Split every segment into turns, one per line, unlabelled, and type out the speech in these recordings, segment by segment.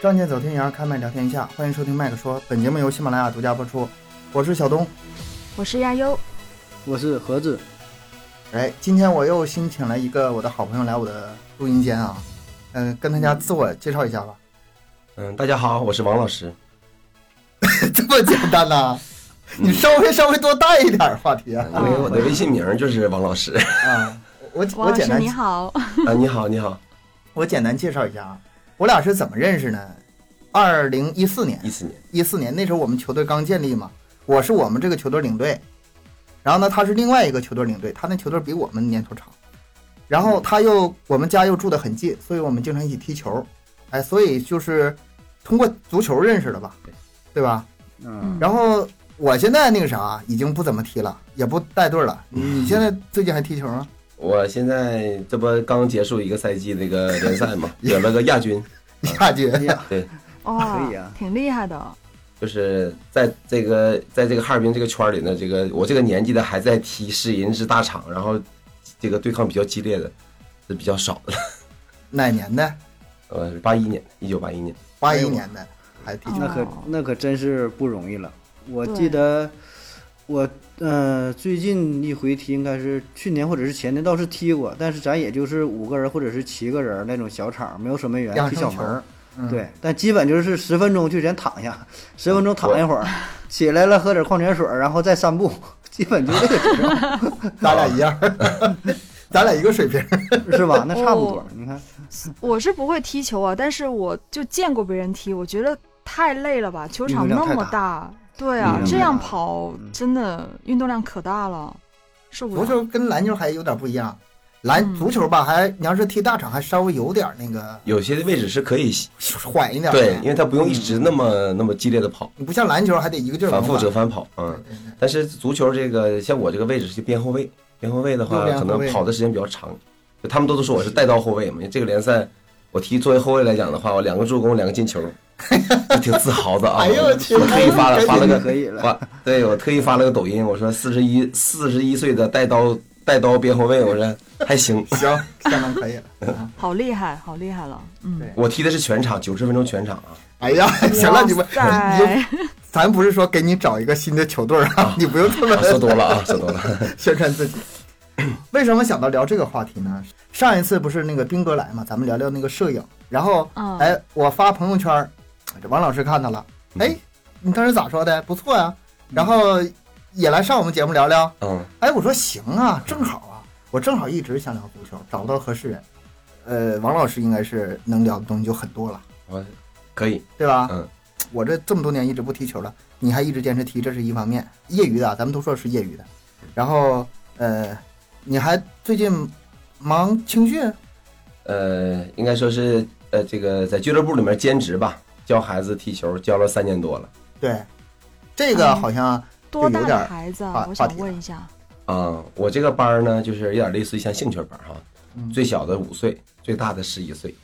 仗剑走天涯，开麦聊天下，欢迎收听麦克说。本节目由喜马拉雅独家播出，我是小东。
我是亚优，
我是盒子，
哎，今天我又新请了一个我的好朋友来我的录音间啊，嗯、跟大家自我介绍一下吧。
嗯，大家好，我是王老师。
这么简单呐、你稍微稍微多带一点儿话题啊。
因为我的微信名儿就是王老 师
啊我
王
我
老
简
师
单
你好，
啊。你好，你好，
我简单介绍一下啊，我俩是怎么认识呢？二零一四年，
一四年，
一四年那时候我们球队刚建立嘛，我是我们这个球队领队，然后呢他是另外一个球队领队，他那球队比我们年头长，然后他又我们家又住得很近，所以我们经常一起踢球，哎，所以就是通过足球认识的吧，对吧？
嗯，
然后我现在那个啥已经不怎么踢了，也不带队了，你你现在最近还踢球吗？
我现在这不刚结束一个赛季那 个联赛嘛，得了个亚军，
亚军
哎呀，
哇，
可以啊
挺厉害的，
就是在这个在这个哈尔滨这个圈儿里呢，这个我这个年纪的还在踢是银是大厂，然后这个对抗比较激烈的是比较少的。
哪年的？
呃，八一年，一九八一年，
八一年的还踢球。
那可
哦
那可真是不容易了。我
对
记得我呃最近一回踢应该是去年或者是前年倒是踢过，但是咱也就是五个人或者是七个人那种小场，没有守门员
压，
踢
上
小
球
门儿。
嗯
对，但基本就是十分钟就先躺下，十分钟躺一会儿，起来了喝点矿泉水，然后再散步， 基本就这个情 况，
咱 俩一样，咱俩一个水平。
是吧？那差不多
哦，
你看，
我是不会踢球啊，但是我就见过别人踢，我觉得太累了吧，球场
运动
那
量
么
太
大，对啊，
运动量太大
这样跑
嗯
真的运动量可大了，受不
足
了。
球跟篮球还有点不一样，篮
嗯
足球吧，还你要是踢大场，还稍微有点那个
有些位置是可以
缓一点。
对，因为它不用一直那么那么激烈的跑，
你不像篮球还得一个劲儿
反复
猛
折
打
返跑，嗯。
对对对
但是足球这个，像我这个位置是边后卫，边后卫的话
右边，后
可
卫
能跑的时间比较长。就他们都都说我是带刀后卫嘛，因为这个联赛我踢作为后卫来讲的话，我两个助攻，两个进球， 就挺自豪的啊。
哎呦我去
我特意发了发了
真的
个
可以了。
发，对我特意发了个抖音，我说四十一四十一岁的带刀带刀边后卫，我说还行。
行，相当可以了。
好厉害，好厉害了，嗯
对，
我踢的是全场九十分钟全场啊，
哎呀，行了，你们
哇塞
你就咱不是说给你找一个新的球队啊，你不用这么
啊说多了啊，说多了。
宣传自己。为什么想到聊这个话题呢？上一次不是那个兵哥来嘛，咱们聊聊那个摄影。然后，
嗯
哎，我发朋友圈儿，这王老师看到了，哎，你当时咋说的？不错呀、然后也来上我们节目聊聊。
嗯，
哎，我说行啊，正好啊，我正好一直想聊足球，找不到合适人。呃，王老师应该是能聊的东西就很多了，
我可以，
对吧？
嗯，
我这这么多年一直不踢球了，你还一直坚持踢，这是一方面。业余的啊，咱们都说是业余的。然后，呃，你还最近忙青训？
呃，应该说是呃，这个在俱乐部里面兼职吧，教孩子踢球，教了三年多了
对，这个
嗯
好像
多
就
大
有
的
点
孩子
话
啊？我
话
想
题了
问一下，
啊、我这个班儿呢，就是有点类似于像兴趣班儿哈，
嗯
最小的五岁，最大的十一岁，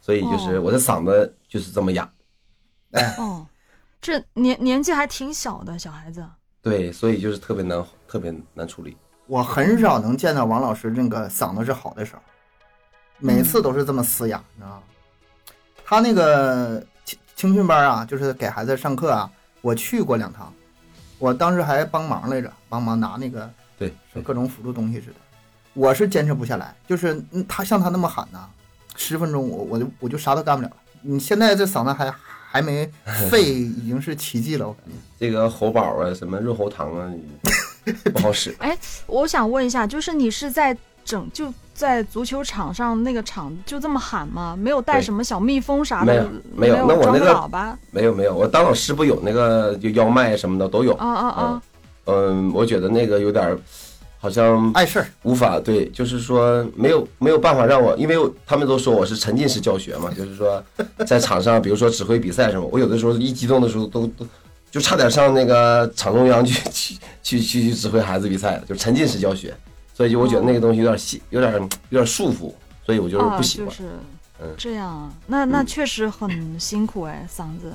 所以就是
哦
我的嗓子就是这么哑。
哦，这年年纪还挺小的小孩子，
对，所以就是特别难，特别难处理。
我很少能见到王老师那个嗓子是好的时候，每次都是这么嘶哑，你知道吗？他那个青青训班啊，就是给孩子上课啊，我去过两堂，我当时还帮忙来着，帮忙拿那个
对，
就各种辅助东西似的。我是坚持不下来，就是嗯他像他那么喊呐、十分钟我我就我就啥都干不了了。你现在这嗓子还还没废，已经是奇迹了，我感觉。
这个喉宝啊，什么润喉糖啊，不好使。
我想问一下，就是你是在整就在足球场上那个场就这么喊吗？没有带
对
什么小蜜蜂啥
没
的
有，没有那我
装
那个
喇叭，
没有没有，我当老师不有那个就腰麦什么的都有。
啊啊啊！
嗯，我觉得那个有点儿，好像
碍事儿，
无法对，就是说没有没有办法让我，因为我他们都说我是沉浸式教学嘛，就是说在场上，比如说指挥比赛什么，我有的时候一激动的时候都都就差点上那个 场中央去去去去去指挥孩子比赛了，就沉浸式教学，所以就我觉得那个东西有点细，有点有点束缚，所以我就是
啊，
不喜
就
哦
欢，
是
嗯
这样啊，那那
嗯
确实很辛苦哎，嗓子。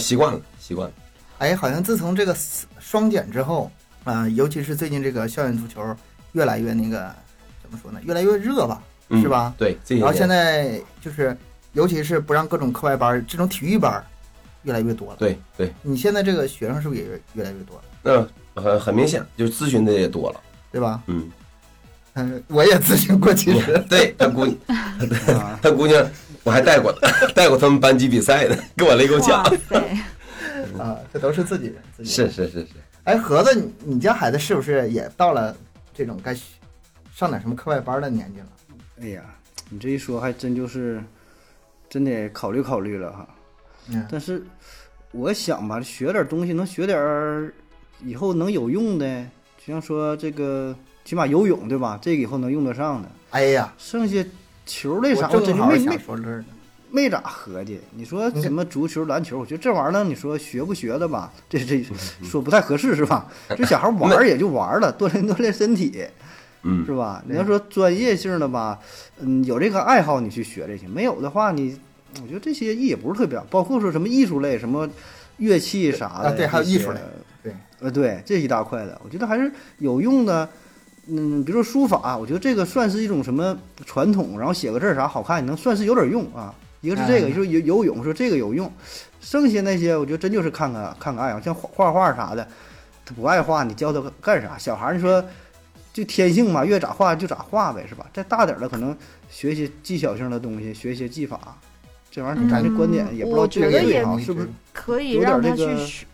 习惯了习惯了，
哎，好像自从这个双减之后啊、尤其是最近这个校园足球越来越那个怎么说呢，越来越热吧，
嗯
是吧？
对，这些
然后
年
现在就是尤其是不让各种课外班儿，这种体育班儿越来越多了。
对对，
你现在这个学生是不是也越越来越多了？
那很很明显，就是咨询的也多了，
对吧？
嗯，
嗯，我也咨询过，其实
对他姑
啊，
他姑娘，我还带过呢，带过他们班级比赛呢，给我雷够
哇
呛，
塞，
啊，这都是自己人。自己人
是是是是，
哎，盒子，你你家孩子是不是也到了这种该学上点什么课外班儿的年纪了？
哎呀，你这一说还真就是，真得考虑考虑了哈。
嗯，
但是我想吧，学点东西能学点儿以后能有用的，就像说这个，起码游泳对吧？这个以后能用得上的。
哎呀，
剩下球类
我
啥，我真
正
就
好
没
想嗯
没
说这儿呢。
没咋合计。你说什么足球、篮球，我觉得这玩意儿呢，你说学不学的吧？这
嗯
这说不太合适是 吧？这小孩玩儿也就玩儿了，锻炼锻炼身体。
嗯
是吧？
对
你要说专业性的吧，嗯，有这个爱好你去学这些，没有的话你，我觉得这些也不是特别好。包括说什么艺术类，什么乐器啥的，
啊对还有
这些
艺术类，对，
呃，对，这一大块的，我觉得还是有用的。嗯，比如说书法，我觉得这个算是一种什么传统，然后写个字儿啥好看，能算是有点用啊。一个是这个，
嗯
就是游游泳说这个有用，剩下那些我觉得真就是看看看看爱好，像画画画啥的，他不爱画你教他干啥？小孩儿你说就天性嘛，越咋画就咋画呗，是吧？再大点儿的可能学一些技巧性的东西，学一些技法，这玩意儿咱这观点也不知道
嗯我
对
觉
不
得
对
也
啊，
容易
是不是
追
可以
有点
让
这
他去
个
学，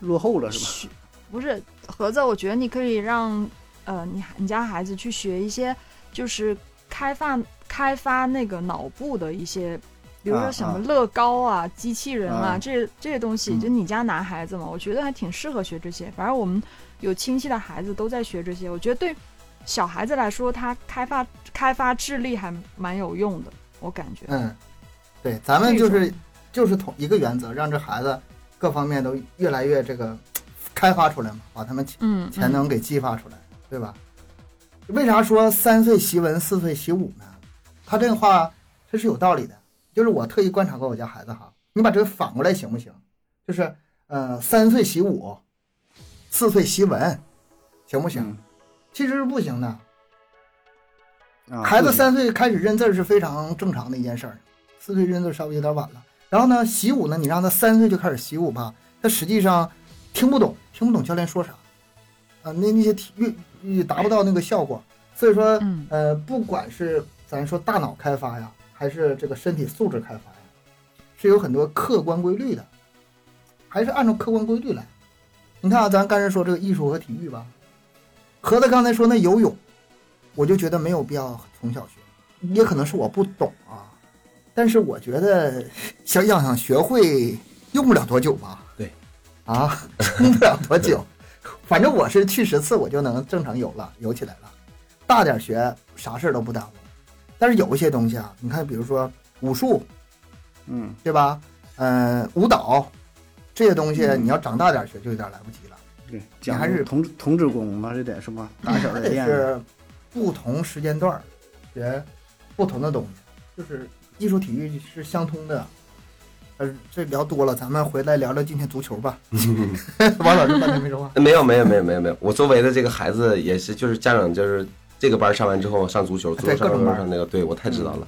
落后了是吧？
学不是盒子，我觉得你可以让呃你你家孩子去学一些，就是开发开发那个脑部的一些，比如
啊
说什
啊
么乐高啊、机器人啊
啊
这这些东西，
嗯
就你家男孩子嘛，我觉得还挺适合学这些。反正我们有亲戚的孩子都在学这些，我觉得对小孩子来说，他开发开发智力还蛮有用的，我感觉。
嗯，对，咱们就是
这种
就是同一个原则，让这孩子各方面都越来越这个开发出来嘛，把他们潜
嗯，
潜
嗯
能给激发出来，对吧？为啥说三岁习文，四岁习武呢？他这话这是有道理的，就是我特意观察过我家孩子哈，你把这个反过来行不行？就是呃，三岁习武，四岁习文，行不行？
嗯
其实是不行的，
嗯，啊
孩子
不行
三岁开始认字儿是非常正常的一件事儿，四岁认字儿稍微有点晚了。然后呢，习武呢，你让他三岁就开始习武吧，他实际上听不懂，听不懂教练说啥，啊，那那些体育也达不到那个效果。所以说，
嗯
呃，不管是咱说大脑开发呀，还是这个身体素质开发呀，是有很多客观规律的，还是按照客观规律来。你看啊，咱刚才说这个艺术和体育吧，和他刚才说那游泳，我就觉得没有必要从小学，也可能是我不懂啊。但是我觉得想要想学会，用不了多久吧。
对，
啊， 用不了多久，反正我是去十次我就能正常游了，游起来了。大点学，啥事儿都不耽误。但是有一些东西啊，你看，比如说武术，
嗯
对吧？嗯、舞蹈这些东西，啊
嗯
你要长大点学，就有点来不及了。
对，讲
还
究
是
童童子功嘛，这得是吧？打小
它
得
得
练。
是不同时间段儿学不同的东西，就是艺术体育是相通的。呃，这聊多了，咱们回来聊聊今天足球 吧。王老师半天没说话。
没有没有没有没有没有，我周围的这个孩子也是，就是家长就是这个班上完之后上足球，足球
对
上
各种
完
班
上那个，对我太知道了，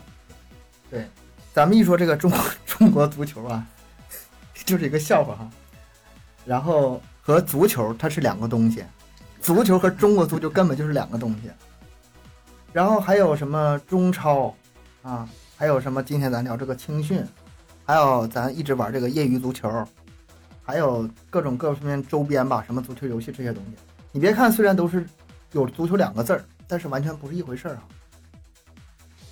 咱们一说这个中国 中国足球啊， 就是一个笑话哈。然后和足球它是两个东西，足球和中国足球根本就是两个东西。然后还有什么中超啊，还有什么今天咱聊这个青训，还有咱一直玩这个业余足球，还有各种各方面周边吧，什么足球游戏这些东西。你别看虽然都是有足球两个字儿，但是完全不是一回事儿啊。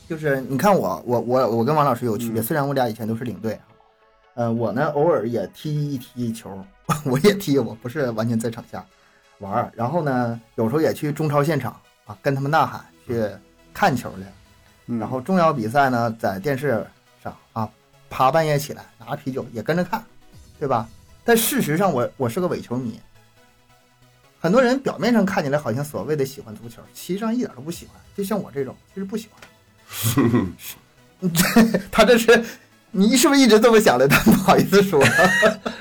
就是你看我我我我跟王老师有区别，
嗯
虽然我俩以前都是领队啊，呃，我呢偶尔也踢一踢球， 我也踢，我不是完全在场下玩儿。然后呢，有时候也去中超现场啊，跟他们呐喊去看球去。
嗯
然后重要比赛呢，在电视上啊，爬半夜起来拿啤酒也跟着看，对吧？但事实上我，我是个伪球迷。很多人表面上看起来好像所谓的喜欢足球，其实上一点都不喜欢。就像我这种，其实不喜欢。 是他这是你是不是一直这么想的？但不好意思说，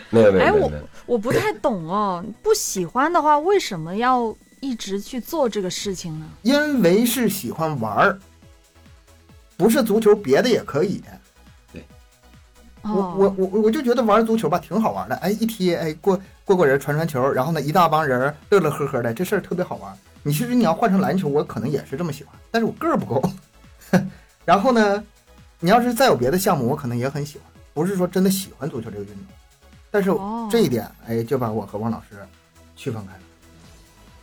没有没
哎
有没有
我
没有，
我不太懂哦，不喜欢的话，为什么要一直去做这个事情呢？
因为是喜欢玩儿，不是足球，别的也可以。
对，
我我
哦，
我我就觉得玩足球吧挺好玩的，哎，一踢哎过过过人传传球，然后呢一大帮人乐乐呵呵的，这事儿特别好玩。你其实你要换成篮球，我可能也是这么喜欢，但是我个儿不够。 然后呢，你要是再有别的项目，我可能也很喜欢，不是说真的喜欢足球这个运动，但是
哦
这一点哎就把我和王老师区分开了。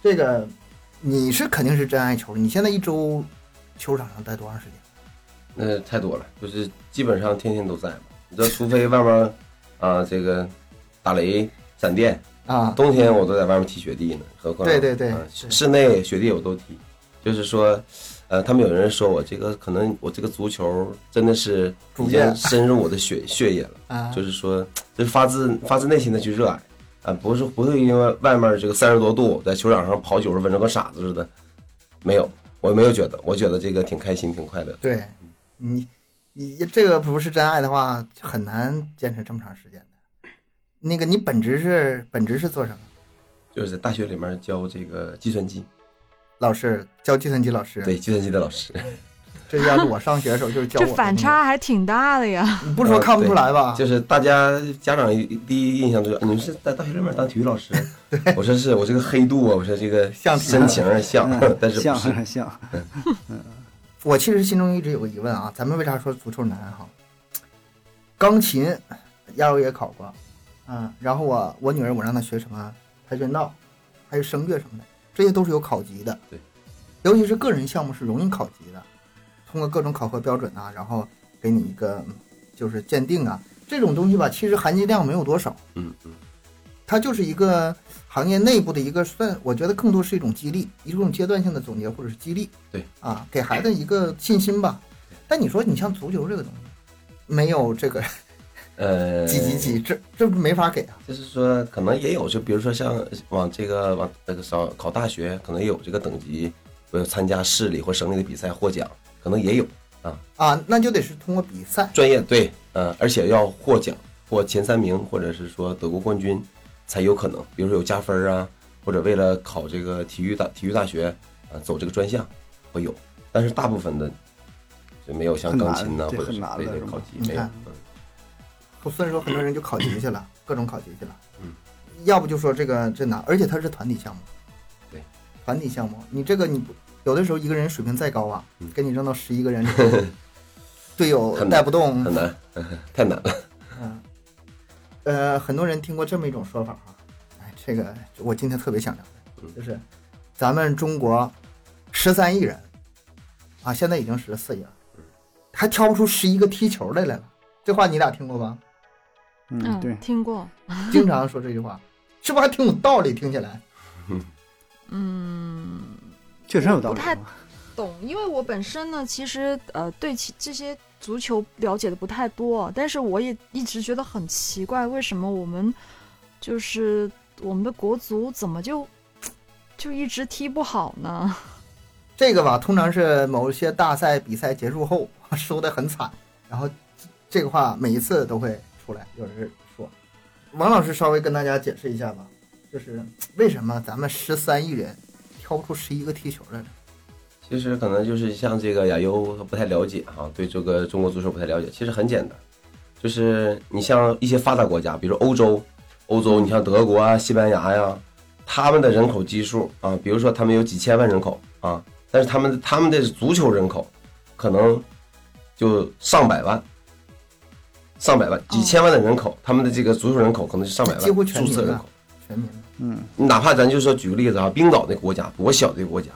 这个你是肯定是真爱球，你现在一周球场上待多长时间？
那太多了，就是基本上天天都在嘛。你这除非外面啊这个打雷、闪电，
啊，
冬天我都在外面踢雪地呢，何况
对对对
啊
对
室内雪地我都踢。就是说，呃，他们有人说我这个可能我这个足球真的是已
逐渐
经深入我的血血液了。
啊，
就是说，就是发自发自内心的去热爱，啊，不是不会因为外面这个三十多度，在球场上跑九十分钟跟傻子似的，没有，我没有觉得，我觉得这个挺开心，挺快乐的。
对你，你这个不是真爱的话，很难坚持这么长时间的。那个，你本职是本职是做什么？
就是在大学里面教这个计算机，
老师教计算机老师，
对计算机的老师，
这要是我上学的时候就是教我
这
的
反
那个，
差还挺大的呀。
你不说看不出来吧？
呃就是大家家长第一印象就是你们是在大学里面当体育老师，我说是我这个黑度啊，我说这个
像体育
深情啊像，但是不是
嗯像像，
我其实心中一直有个疑问啊，咱们为啥说足球难哈？钢琴，亚柔也考过，嗯，然后我我女儿我让她学什么跆拳道，还有声乐什么的，这些都是有考级的。
对，
尤其是个人项目是容易考级的，通过各种考核标准啊，然后给你一个嗯就是鉴定啊，这种东西吧，其实含金量没有多少，
嗯嗯，
它就是一个行业内部的一个算，我觉得更多是一种激励，一种阶段性的总结或者是激励。
对
啊，给孩子一个信心吧。但你说你像足球这个东西，没有这个
呃，
几几几，这这没法给啊。
就是说，可能也有，就比如说像往这个往那个上考大学，可能也有这个等级，呃，参加市里或省里的比赛获奖，可能也有
啊，那就得是通过比赛
专业对，呃，而且要获奖或前三名，或者是说得过冠军才有可能，比如说有加分儿啊，或者为了考这个体育大体育大学啊、呃走这个专项会有，但是大部分的就没有像
很难
钢琴呐、啊
这
或者
很
是
难
这
的
类
是吗
考级
你
没有，
看
嗯
所以说很多人就考级去了，各种考级去了。
嗯，
要不就说这个这难，而且它是团体项目。
对，
团体项目，你这个你不有的时候一个人水平再高啊
嗯，
给你扔到十一个人里头， 队友
很难
带不动，
很难， 太难了，
嗯，呃，很多人听过这么一种说法哈、哎，这个我今天特别想聊的，就是咱们中国十三亿人啊，现在已经十四亿了，还挑不出十一个踢球的来了。这话你俩听过吧？
嗯，对，
听过。
经常说这句话，是不是还挺有道理？听起来
嗯，
确实有道理
不。
啊
太懂，因为我本身呢，其实呃对其这些足球了解的不太多，但是我也一直觉得很奇怪，为什么我们就是我们的国足怎么就就一直踢不好呢？
这个吧，通常是某些大赛比赛结束后 输得很惨，然后这个话每一次都会出来有人说。王老师稍微跟大家解释一下吧，就是为什么咱们十三亿人挑不出十一个踢球的人？
其实可能就是像这个亚优他不太了解哈、对这个中国足球不太了解。其实很简单，就是你像一些发达国家，比如欧洲，欧洲你像德国啊、西班牙呀、他们的人口基数啊，比如说他们有几千万人口啊，但是他们他们的足球人口可能就上百万。上百万、几千万的人口，他们的这个足球人口可能是上百万，
哦几乎全
注
民
册人
了
口。
全民
嗯
哪怕咱就说举个例子啊，冰岛那国家多小的一个国家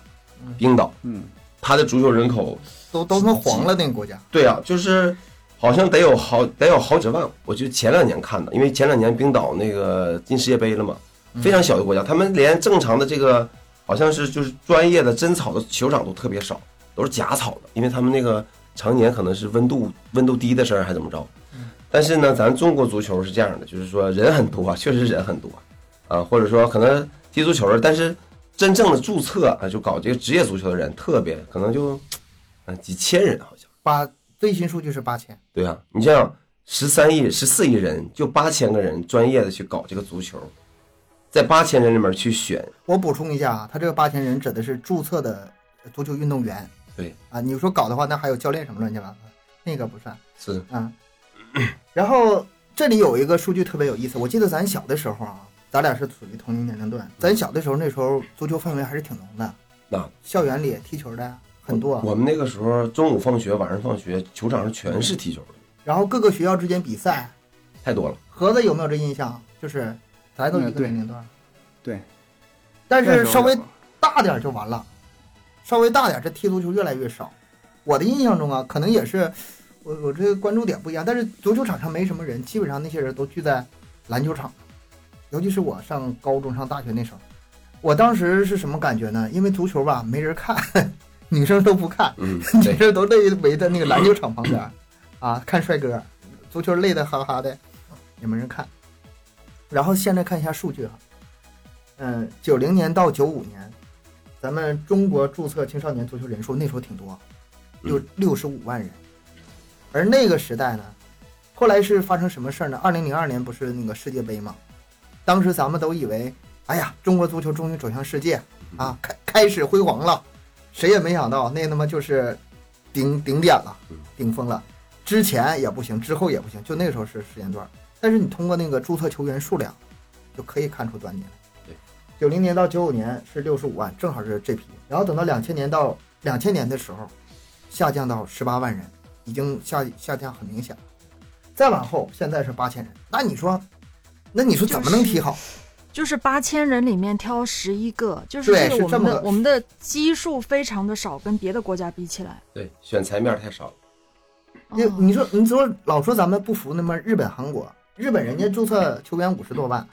嗯，
冰岛
嗯，
它的足球人口
都都他妈黄了那个国家，
对啊，就是好像得有好得有好几万。我就前两年看的，因为前两年冰岛那个进世界杯了嘛，非常小的国家，他们连正常的这个好像是就是专业的真草的球场都特别少，都是假草的，因为他们那个常年可能是温度温度低的事儿还怎么着。但是呢，咱中国足球是这样的，就是说人很多啊，确实人很多啊，或者说可能踢足球的，但是真正的注册啊，就搞这个职业足球的人特别可能就，啊几千人好像。
八最新数据是八千，
对啊，你像十三亿、十四亿人，就八千个人专业的去搞这个足球，在八千人里面去选，
我补充一下啊，他这个八千人指的是注册的足球运动员。
对
啊，你说搞的话，那还有教练什么乱七八糟，那个不算。
是
啊，然后这里有一个数据特别有意思，我记得咱小的时候啊，咱俩是属于同龄年龄段。
嗯
咱小的时候那时候足球氛围还是挺浓的，
那
校园里踢球的很多，
我们那个时候中午放学，晚上放学，球场上全是踢球的，
然后各个学校之间比赛。
太多了。
盒子有没有这印象？就是咱都一
嗯
个
对
年龄段，
对，
但
那
是
时候
稍微
有
大点儿就完了，稍微大点儿，这踢足球越来越少。我的印象中啊，可能也是我我这个关注点不一样，但是足球场上没什么人，基本上那些人都聚在篮球场，尤其是我上高中、上大学那时候，我当时是什么感觉呢？因为足球吧没人看， 女生都不看，
嗯，
女
对，
生都累围在那个篮球场旁边儿啊看帅哥，足球累得哈哈的，也没人看。然后现在看一下数据啊，嗯，九零年到九五年，咱们中国注册青少年足球人数那时候挺多，有六十五万人。而那个时代呢，后来是发生什么事儿呢？二零零二年不是那个世界杯嘛，当时咱们都以为，哎呀，中国足球终于走向世界啊，开开始辉煌了，谁也没想到那他妈就是顶顶点了
嗯，
顶峰了。之前也不行，之后也不行，就那个时候是时间段儿。但是你通过那个注册球员数量，就可以看出端倪来。
对，
九零年到九五年是六十五万，正好是这批。然后等到两千年到两千年的时候，下降到十八万人，已经下下降很明显了。再往后，现在是八千人。那你说，那你说怎么能踢好？
就是八千人里面挑十一个，就是
对
这
是
个我们
这么
的
个
我们的基数非常的少，跟别的国家比起来，
对，选材面太少了。
你
嗯
你说你说老说咱们不服那么日本、韩国，日本人家注册球员五十多万，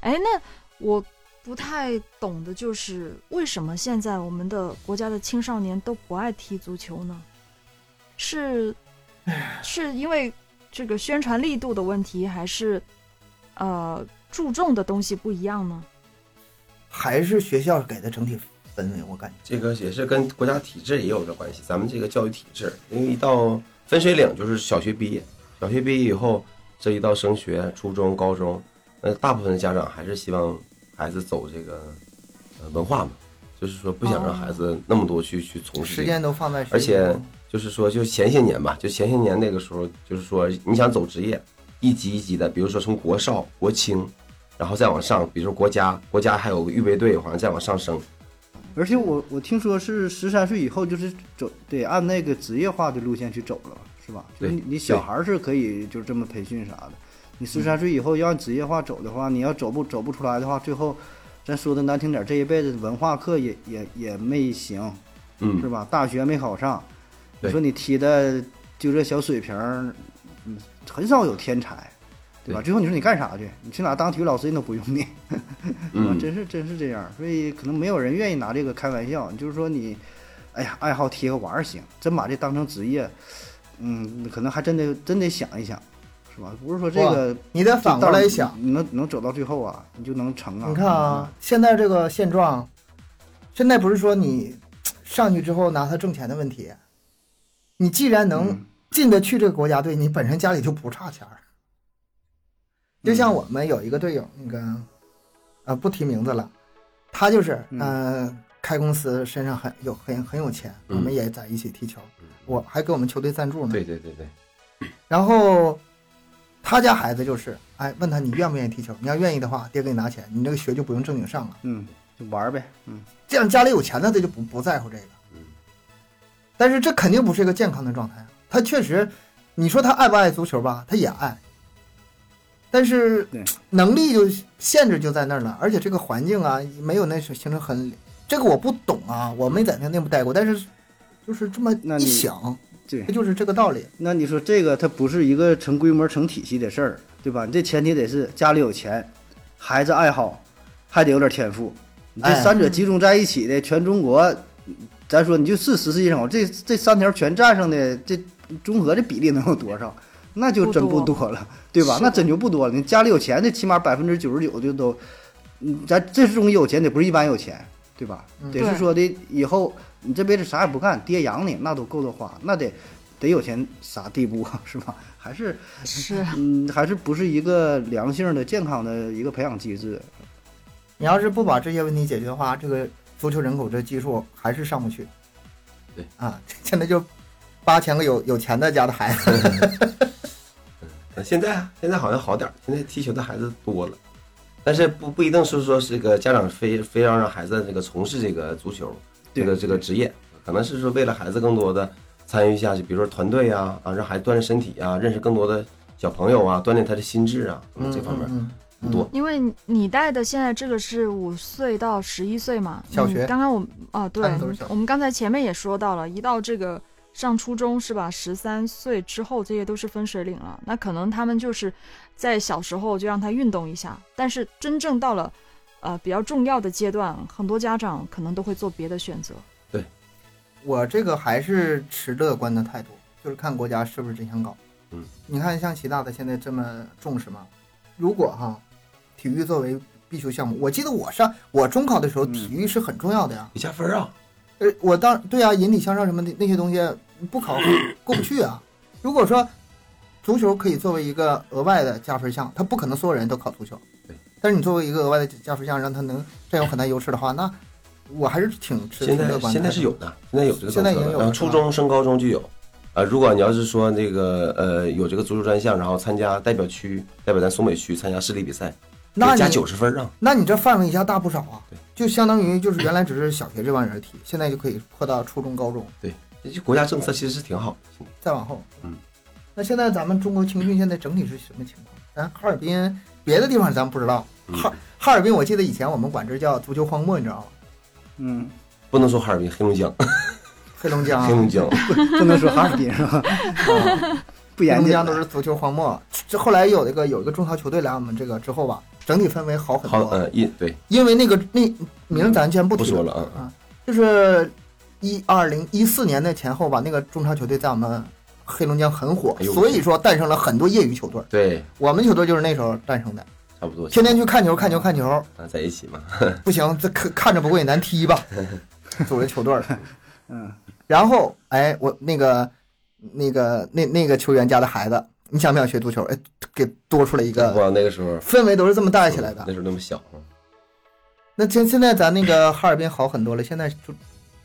哎，那我不太懂的就是为什么现在我们的国家的青少年都不爱踢足球呢？是是因为这个宣传力度的问题，还是呃注重的东西不一样呢？
还是学校给的整体氛围，我感觉。
这个也是跟国家体制也有着关系，咱们这个教育体制，因为一到分水岭就是小学毕业，小学毕业以后，这一到升学、初中、高中，那大部分的家长还是希望孩子走这个呃文化嘛，就是说不想让孩子那么多去去从事、这
时
个。
间都放在学习，
而且就是说，就前些年吧，就前些年那个时候，就是说你想走职业，一级一级的，比如说从国少、国青，然后再往上，比如说国家，国家还有个预备队，好像再往上升。
而且我我听说是十三岁以后就是走得按那个职业化的路线去走了，是吧？就是你
对
你小孩儿是可以就是这么培训啥的，你十三岁以后要按职业化走的话，你要走不走不出来的话，最后咱说的难听点儿，这一辈子文化课也也也没行，
嗯
是，吧？大学没考上，你
对
说你踢的就这小水平儿，嗯，很少有天才，对吧？
对
最后你说你干啥去？你去哪当体育老师人都不用你。啊，
嗯，
真是真是这样，所以可能没有人愿意拿这个开玩笑。就是说你，哎呀，爱好踢个玩儿行，真把这当成职业，嗯，可能还真得真得想一想，是吧？不是说这个
你得反过来想，，
你能能走到最后啊，你就能成啊。
你看
嗯
啊，，现在这个现状，现在不是说你上去之后拿他挣钱的问题，你既然能
嗯
进得去这个国家队，你本身家里就不差钱儿。就像我们有一个队友，那个，呃，不提名字了，他就是，
嗯
呃，开公司，身上很有很很有钱，我
嗯
们也在一起踢球，
嗯
我还给我们球队赞助呢。
对对对对，
然后他家孩子就是，哎，问他你愿不愿意踢球？你要愿意的话，爹给你拿钱，你这个学就不用正经上了。
嗯，就玩儿呗，嗯，
这样家里有钱的他就不不在乎这个。
嗯，
但是这肯定不是一个健康的状态啊。他确实，你说他爱不爱足球吧，他也爱，但是
对
能力就限制就在那儿了，而且这个环境啊，没有那是形成很，这个我不懂啊，我没在那那部待过，但是就是这么
那
一
你
想，
对
它。就是这个道理。
那你说这个它不是一个成规模、成体系的事儿，对吧？你这前提得是家里有钱，孩子爱好，还得有点天赋。你这
哎
三者集中在一起的，全中国，咱说你就是十世界上这这三条全占上的，这综合的比例能有多少？那就真不
不
多了，对吧
是？的
那真就不多了。你家里有钱的，起码百分之九十九就都，嗯咱这中有钱得不是一般有钱，对吧？
嗯
得是
对
说的以后你这辈子啥也不干，爹养你那都够得花，那得得有钱啥地步啊，是吧？还是
是
嗯，还是不是一个良性的、健康的一个培养机制？
你要是不把这些问题解决的话，这个足球人口这基数还是上不去。
对
啊，现在就八千个有有钱的家的孩子，
呃现在啊现在好像好点儿，现在踢球的孩子多了，但是不不一定是说是个家长非非要让孩子这个从事这个足球这个
对
这个职业，可能是说为了孩子更多的参与一下，就比如说团队啊啊，让孩子锻炼身体啊，认识更多的小朋友啊，锻炼他的心智啊，可能这方面
嗯
很多。
因为你你带的现在这个是五岁到十一岁嘛，
小学
嗯刚刚我们啊，对
按理都是小，学
我们刚才前面也说到了，一到这个上初中是吧，十三岁之后这些都是分水岭了。那可能他们就是在小时候就让他运动一下，但是真正到了呃比较重要的阶段，很多家长可能都会做别的选择。
我这个还是持乐观的态度，就是看国家是不是真想搞。
嗯，
你看像习大大现在这么重视吗？如果哈，体育作为必修项目，我记得我上我中考的时候，
嗯
体育是很重要的呀。
得加分啊，
呃，我当对啊，引体向上什么的那些东西不 考过不去啊。如果说足球可以作为一个额外的加分项，他不可能所有人都考足球
对。
但是你作为一个额外的加分项，让他能占有很大优势的话，那我还是挺持
现
挺
在
乐观的。
现在是有的，现在有这个
现
政
在已
策
经有
的，
了
然后
是吧
初中升高中就有。啊，如果你要是说那个呃有这个足球专项，然后参加代表区代表咱松北区参加市里比赛，
那
得加
你
九十分啊，
那你这范围一下大不少啊
对，
就相当于就是原来只是小学这帮人踢，现在就可以扩到初中、高中，
这国家政策其实是挺好的。
再往后。
嗯，
那现在咱们中国青训现在整体是什么情况？咱哈尔滨别的地方咱不知道，
嗯
哈哈尔滨我记得以前我们管这叫足球荒漠，你知道吗？
嗯，
不能说哈尔滨，黑龙江，
黑龙江啊，
黑龙 江，
不不能说哈尔滨是吧？
啊
不
黑
严
龙
谨
江都是足球荒漠。这后来有一个有一个中超球队来我们这个之后吧，整体氛围好很
好，
多，
嗯，一对，
因为那个那名儿咱先不
不
提
说了啊，
啊，就是一二零一四年的前后吧，那个中超球队在我们黑龙江很火
哎，呦
所以说诞生了很多业余球队。
对，
我们球队就是那时候诞生的，
差不多，
天天去看球，看球，看球，
啊在一起嘛，
不行，这看看着不过瘾，咱踢 吧，组了球队了。
嗯，
然后，哎，我那个那个那那个球员家的孩子，你想不想学足球？哎，给多出来一个，
哇，那嗯个时候
氛围都是这么带起来的
那。时候那么小，
那现现在咱那个哈尔滨好很多了，现在就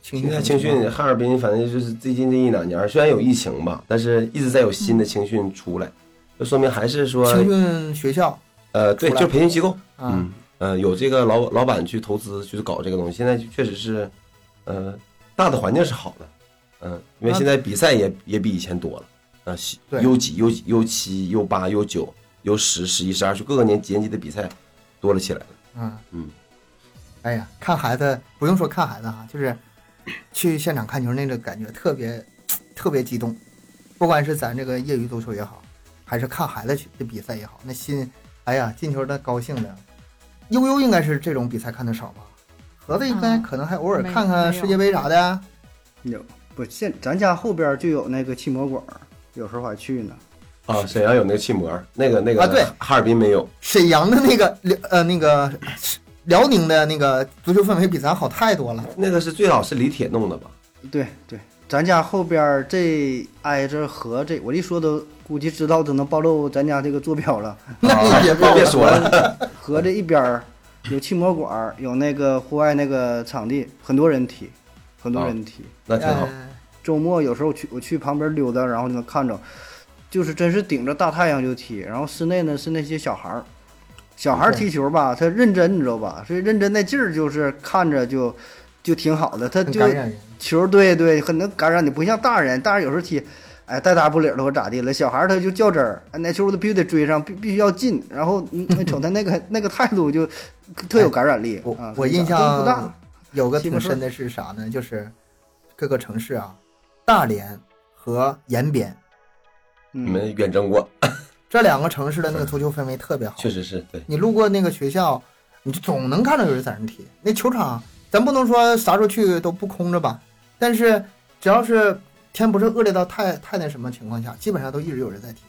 青
现在青训哈尔滨，反正就是最近这一两年，虽然有疫情吧，但是一直在有新的青训出来，就说明还是说，
青训学校
呃，对，
出来
就是培训机构，
啊，
嗯，呃，有这个老老板去投资去搞这个东西，现在确实是，呃，大的环境是好的，嗯，因为
那
现在比赛也也比以前多了，啊西
对
，U 几、U 几、U 七、U 八、U 九、U 十、十一、十二，就各个年年级的比赛多了起来了，
嗯
嗯，
哎呀，看孩子不用说看孩子哈，就是去现场看球那个感觉特别特别激动，不管是咱这个业余足球也好，还是看孩子去的比赛也好，那心哎呀进球的高兴的。悠悠应该是这种比赛看的少吧？盒子应该
嗯
可能还偶尔
没
看看
没有
世界杯啥的呀。
有不现咱家后边就有那个汽摩馆儿，有时候还去呢。
啊，沈阳有那个气膜，那个那个
啊对，
哈尔滨没有，
沈阳的那个辽呃那个辽宁的那个足球氛围比咱好太多了。
那个是最早是李铁弄 的吧？
对对，咱家后边儿这挨着河这，我一说都估计知道都能暴露咱家这个坐标了。
那也
别别说啊 了，
河这一边儿有汽摩馆儿，有那个户外那个场地，很多人踢，很多人踢。
那挺好。
哎
周末有时候去我去旁边溜达，然后就能看着，就是真是顶着大太阳就踢。然后室内呢是那些小孩儿，小孩儿踢球吧，他认真，你知道吧？所以认真那劲儿就是看着就就挺好的，他
很
就
感染人。
球对对很能感染你，不像大人，大人有时候踢。哎，带打不理儿了或咋地了？小孩儿他就较真儿，哎，那球他必须得追上，必必须要进。然后你你瞅他那个那个态度就特有感染力。
哎我
啊
我印
都不大
象有个
西
挺
门顺
深的是啥呢？就是各个城市啊，大连和延边
你
嗯，
们远征过，
这两个城市的那个足球氛围特别好。
确，实是对。
你路过那个学校，你就总能看到有人在那踢。那球场，咱不能说啥时候去都不空着吧，但是只要是天不是恶劣到太太那什么情况下，基本上都一直有人在踢，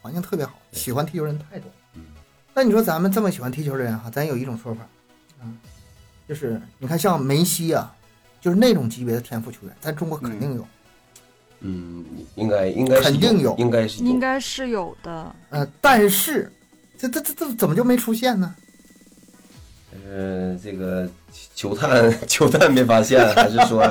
环境特别好，喜欢踢球人太多。
嗯，
那你说咱们这么喜欢踢球的人哈，咱有一种说法，嗯，就是你看像梅西啊，就是那种级别的天赋球员，咱中国肯定有。
嗯，应该应该是
肯定有
应该是
应该是有的，
呃，但是这这这这怎么就没出现呢？
呃，这个球探 球探没发现，还是 说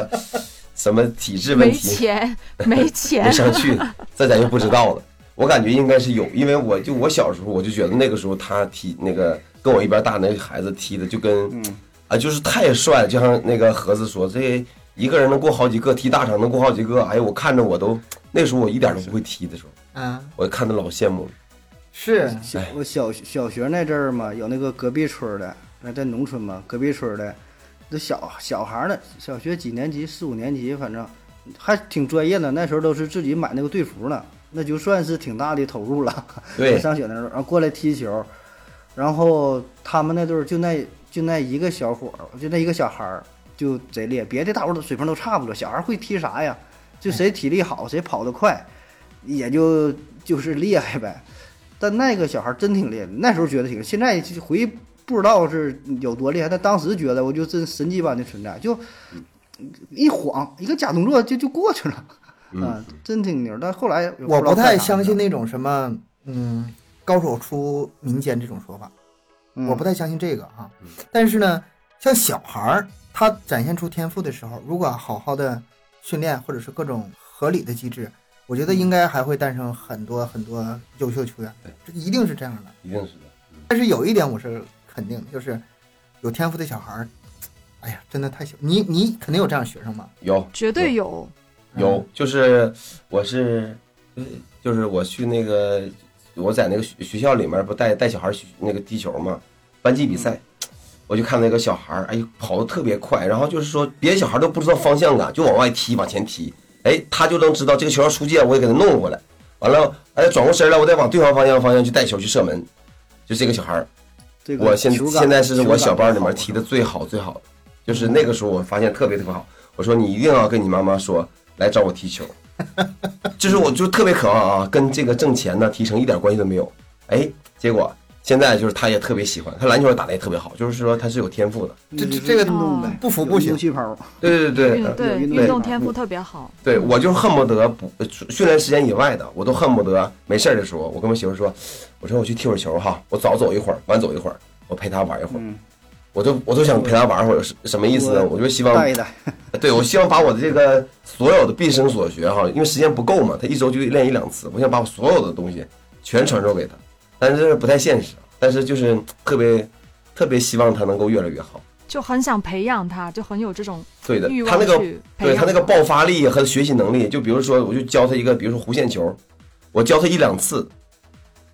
什么体制问
没
题
钱，没
没
钱，
上去？这咱就不知道了。我感觉应该是有，因为我就我小时候我就觉得那个时候他踢那个跟我一边大那个孩子踢的就跟
嗯
啊就是太帅了，就像那个盒子说，这一个人能过好几个，踢大场能过好几个，哎呀，我看着我都那时候我一点都不会踢的时候，
嗯，
我看的老羡慕了。
是
小我小小学那阵儿嘛，有那个隔壁村儿的，那在农村嘛，隔壁村儿的，那小小孩儿呢，小学几年级，四五年级，反正还挺专业的。那时候都是自己买那个队服呢，那就算是挺大的投入了。
对，
上学那时候，然后啊过来踢球，然后他们那队儿就那就那一个小伙儿，就那一个小孩儿就贼厉害，别的大伙儿都水平都差不多，小孩儿会踢啥呀？就谁体力好，谁跑得快，也就就是厉害呗。但那个小孩儿真挺厉害的，那时候觉得挺，现在就回不知道是有多厉害，但当时觉得我就真神迹般的存在，就一晃一个假动作就就过去了，
嗯
啊，，真挺牛。但后来也
我
不知道
不
干
太
啥
相信
了，
那种什么嗯高手出民间这种说法，
嗯、
我不太相信这个啊
嗯。
但是呢，像小孩儿他展现出天赋的时候，如果好好的训练或者是各种合理的机制，我
嗯
觉得应该还会诞生很多很多优秀球员
对，
这一定是这样的。
一定是的。
但是有一点我是肯定的，就是有天赋的小孩儿，哎呀，真的太小。你你肯定有这样的学生吧？
有
绝对有。
有，就是我是，呃就是我去那个，我在那个学学校里面不带带小孩儿学那个踢球嘛，班级比赛，我就看那个小孩儿，哎呦，跑得特别快，然后就是说别的小孩儿都不知道方向感，就往外踢，往前踢，哎，他就能知道这个球要出界，我得给他弄回来，完了，哎，转过身来，我再往对方方向方向去带球去射门，就这个小孩儿，
这个
我现
球感
现在是
球
我
感
小
不
班里
好
面踢的最好最好的，就是那个时候我发现特别特别好。我说你一定要跟你妈妈说来找我踢球，就是我就特别渴望啊，跟这个挣钱呢提成一点关系都没有。哎，结果现在就是他也特别喜欢，他篮球打得也特别好，就是说他是有天赋的。
这
就是
这个
运动呗，
不服
有
不行
运动细胞，
对对
运
对
对
运动
运动
对
天赋特别好，
对，我就恨不得不呃训练时间以外的，我都恨不得没事儿的时候，我跟我媳妇说，我说我去踢会儿球哈，我早走一会儿，晚走一会儿，我陪她玩一会儿，
嗯，
我都我都想陪她玩会儿，是什么意思呢？我就希望
带一带，
对，我希望把我的这个所有的毕生所学哈，因为时间不够嘛，他一周就练一两次，我想把我所有的东西全传授给他，但是这不太现实，啊但是就是特别特别希望他能够越来越好。
就很想培养他，就很有这种
对的
欲，
他
望
那个
去培
对
养
他那个爆发力和学习能力，就比如说，我就教他一个，比如说弧线球，我教他一两次，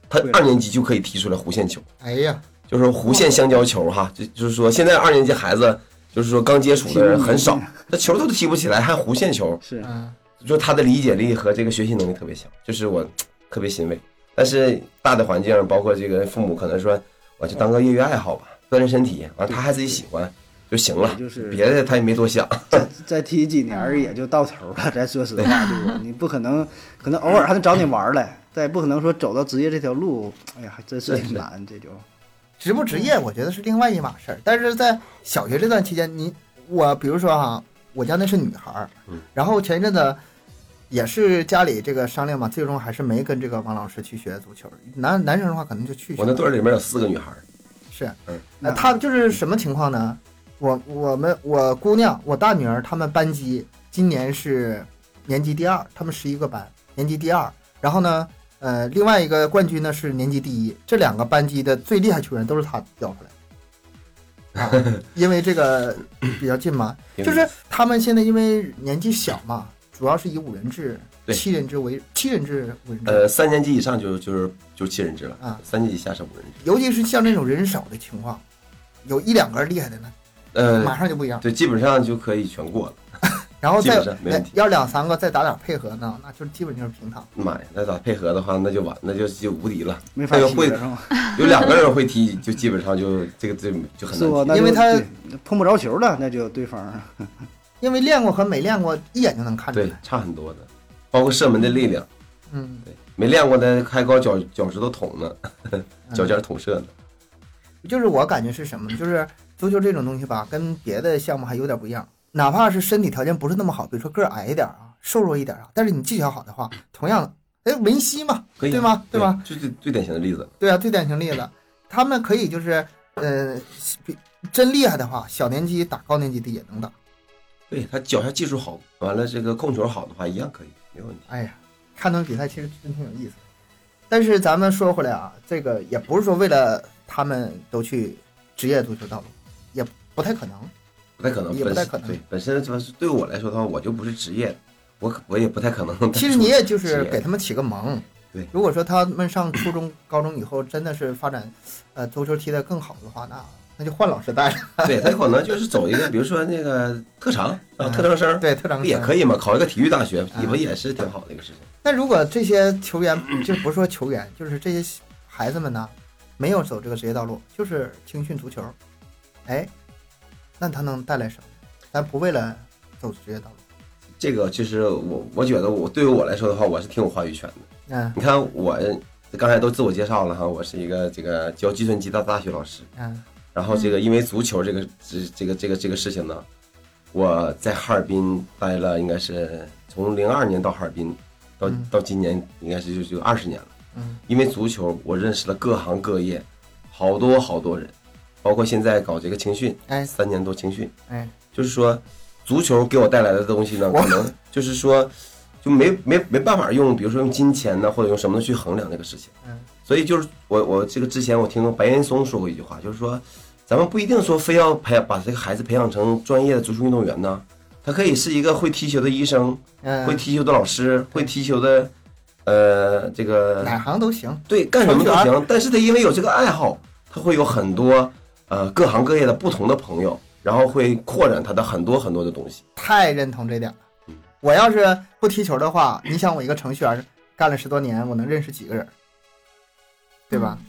他
对
二年级就可以踢出来弧线球。
哎呀，
就是弧线香蕉球哈，就就是说现在二年级孩子就是说刚接触的人很少，那球都踢不起来，还弧线球，
是
嗯，
就是他的理解力和这个学习能力特别强，就是我特别欣慰。但是大的环境，包括这个父母可能说，我就当个业余爱好吧，锻炼身体，完了他还自己喜欢就行了，
就是
别的他也没多想。
再再踢几年儿也就到头了。咱说实话，对吧？你不可能，可能偶尔还能找你玩儿来，但也不可能说走到职业这条路，哎呀，还真
是
是挺
是
难，这就
职不职业，我觉得是另外一码事儿。但是在小学这段期间，你我比如说哈、我家那是女孩儿
嗯，
然后前一阵子也是家里这个商量嘛，最终还是没跟这个王老师去学足球。男男生的话，可能就去学
我那队儿里面有四个女孩儿，
是，
嗯
呃，他就是什么情况呢？我我们我姑娘，我大女儿，她们班级今年是年级第二，她们十一个班，年级第二。然后呢，呃，另外一个冠军呢是年级第一，这两个班级的最厉害球员都是她调出来的。啊，因为这个比较近嘛，就是他们现在因为年纪小嘛，主要是以五人制、
对
七人制为七人制五人制，
呃三年级以上就就是就七人制了，
啊
三年级以下是五人制。
尤其是像这种人少的情况，有一两个厉害的呢，马
呃，
上就不一样。
对，基本上就可以全过了。
然后
基
再
本上没问题
要两三个再打点配合呢，那就基本就是平躺。
妈呀，那咋配合的话，那就完，那就就无敌了。
没法
那
踢
个
了，
哎会
是吧？
有两个人会踢，就基本上就这个这就很
是不
难？踢。
那就
因为他
对碰不着球了，那就对方
因为练过和没练过，一眼就能看出
对
来。，
差很多的，包括射门的力量。
嗯，
对，没练过的还搞脚脚趾头捅呢，
嗯
脚尖捅射呢。
就是我感觉是什么呢？就是足球这种东西吧，跟别的项目还有点不一样。哪怕是身体条件不是那么好，比如说个儿矮一点啊，瘦弱一点啊，但是你技巧好的话，同样，哎，梅西嘛，
可以啊
对吗？对吧？？
就最最典型的例子，
对啊，最典型例子，他们可以就是，呃，比真厉害的话，小年级打高年级的也能打。
对他脚下技术好，完了这个控球好的话一样可以，没问题。
哎呀，看他们比赛其实真挺有意思。但是咱们说回来啊，这个也不是说为了他们都去职业足球道路，也不太可能。
不太可能，
也不太可能
本身对，本身主要是对我来说的话，我就不是职业，我可我也不太可能。
其实你也就
职
是
业
给他们起个萌。
对
如果说他们上初中、高中以后真的是发展，呃，足球踢得更好的话，那那就换老师带了。
对他可能就是走一个，比如说那个特长，啊，
嗯
特长生
对，特长
不也
生
可以嘛？考一个体育大学，
嗯
也不也是挺好的一个事情。
那如果这些球员， 就不是说球员，就是这些孩子们呢，没有走这个职业道路，就是青训足球，哎，那他能带来什么？咱不为了走职业道路，
这个就是我，我觉得我对于我来说的话，我是挺有话语权的。
嗯
你看我刚才都自我介绍了哈，我是一个这个教计算机的大学老师。
嗯
然后这个因为足球这个这这个这个这个事情呢，我在哈尔滨待了应该是从零二年到哈尔滨，到
嗯
到今年应该是就就二十年了。
嗯，
因为足球，我认识了各行各业，好多好多人，包括现在搞这个青训，
哎
三年多青训，
哎，
就是说足球给我带来的东西呢，
我
可能就是说就没没没办法用，比如说用金钱呢，或者用什么去衡量这个事情。
嗯，
所以就是我我这个之前我听过白岩松说过一句话，就是说咱们不一定说非要培养把这个孩子培养成专业的足球运动员呢，他可以是一个会踢球的医生，会
嗯，
踢球的老师，会踢球的呃这个
哪行都行，
对，干什么都
程序
行。但是他因为有这个爱好，他会有很多呃各行各业的不同的朋友，然后会扩展他的很多很多的东西。
太认同这点了。我要是不踢球的话，你想我一个程序员干了十多年，我能认识几个人，对吧？
嗯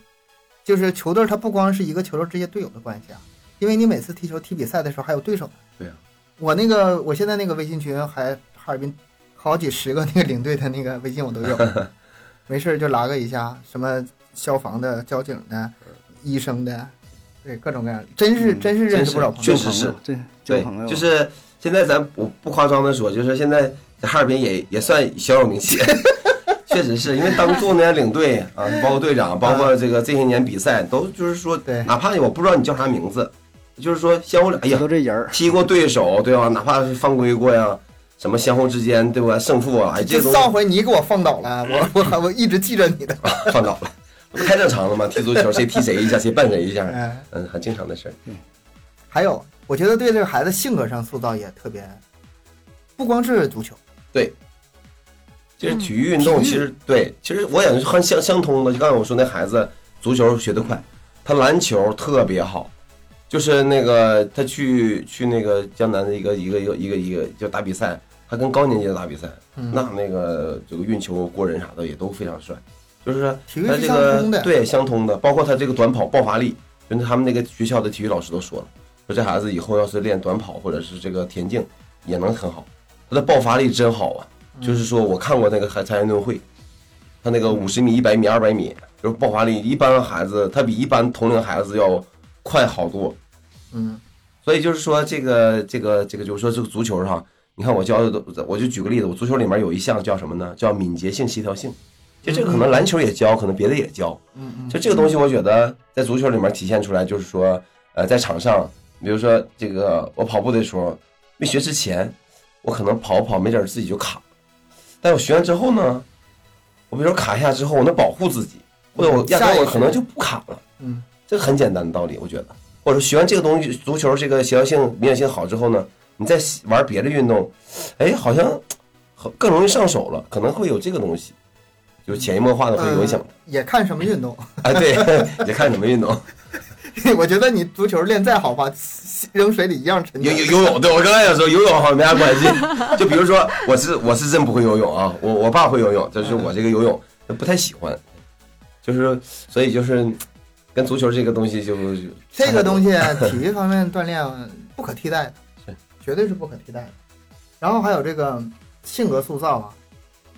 就是球队，它不光是一个球队之间队友的关系啊，因为你每次踢球踢比赛的时候还有对手呢。
对啊
我那个我现在那个微信群还哈尔滨好几十个那个领队的那个微信我都 有，没事儿就拉个一下，什么消防的、交警的、医生的，对各种各样，真是
嗯
真是认
真
识
是
不少朋
确
友。
实是
交朋友，这交
对
朋友，
就是现在咱我不夸张的说，就是现在在哈尔滨也也算小有名气。 确实是因为当多年领队啊，包括队长，包括这个这些年比赛，都就是说
对，
哪怕我不知道你叫啥名字，就是说相互了，哎呀
都，这人儿，
踢过对手，对吧？哪怕是犯规过呀，什么相互之间，对吧？胜负啊，哎这
就
东西
上回你给我放倒了，我我还我一直记着你的。
放 倒了，不太正常了吗？踢足球谁踢谁一下，谁绊谁一下，
嗯，
嗯，很经常的事儿。
还有，我觉得对这个孩子性格上塑造也特别，不光是足球，
就是体育运
嗯
动，其实对，其实我也是很相相通的。就刚才我说那孩子，足球学得快，他篮球特别好，就是那个他去去那个江南的一个一个一个一个一个就打比赛，他跟高年级的打比赛，
嗯
那那个这个运球过人啥的也都非常帅，就是
体育
他
是
这
相
个
通的
对相通的，包括他这个短跑爆发力，就是他们那个学校的体育老师都说了，说这孩子以后要是练短跑或者是这个田径也能很好，他的爆发力真好啊！
嗯
就是说我看过那个还参加运动会，他那个五十米、一百米、二百米，就是爆发力，一般孩子他比一般同龄孩子要快好多。
嗯
所以就是说，这个这个这个，就是说这个足球上，你看我教的，我就举个例子，我足球里面有一项叫什么呢？叫敏捷性、协调性。就这个可能篮球也教，可能别的也教。
嗯嗯，
就这个东西，我觉得在足球里面体现出来，就是说，呃，在场上，比如说这个我跑步的时候，没学之前，我可能跑跑没准儿自己就卡了，但我学完之后呢，我比如说卡一下之后，我能保护自己，或者我压
嗯
根
下
儿
意
我
识
可能就不卡了。
嗯
这很简单的道理，我觉得。或者学完这个东西，足球这个协调性、敏感性好之后呢，你再玩别的运动，哎，好像好更容易上手了，可能会有这个东西，就是潜移默化的嗯会影响
呃。也看什么运动。
哎，对， 也看什么运 动，
我觉得你足球练再好吧， 扔水里一样沉。
游游游泳，对我刚才想说游泳好像没啥关系。 就比如说，我是我是真不会游泳啊，我我爸会游泳，就是我这个游泳不太喜欢，就是所以就是跟足球这个东西就
这个东
西
西，啊 体育方面锻炼不可替代的，
是
绝对是不可替代的。然后还有这个性格塑造啊，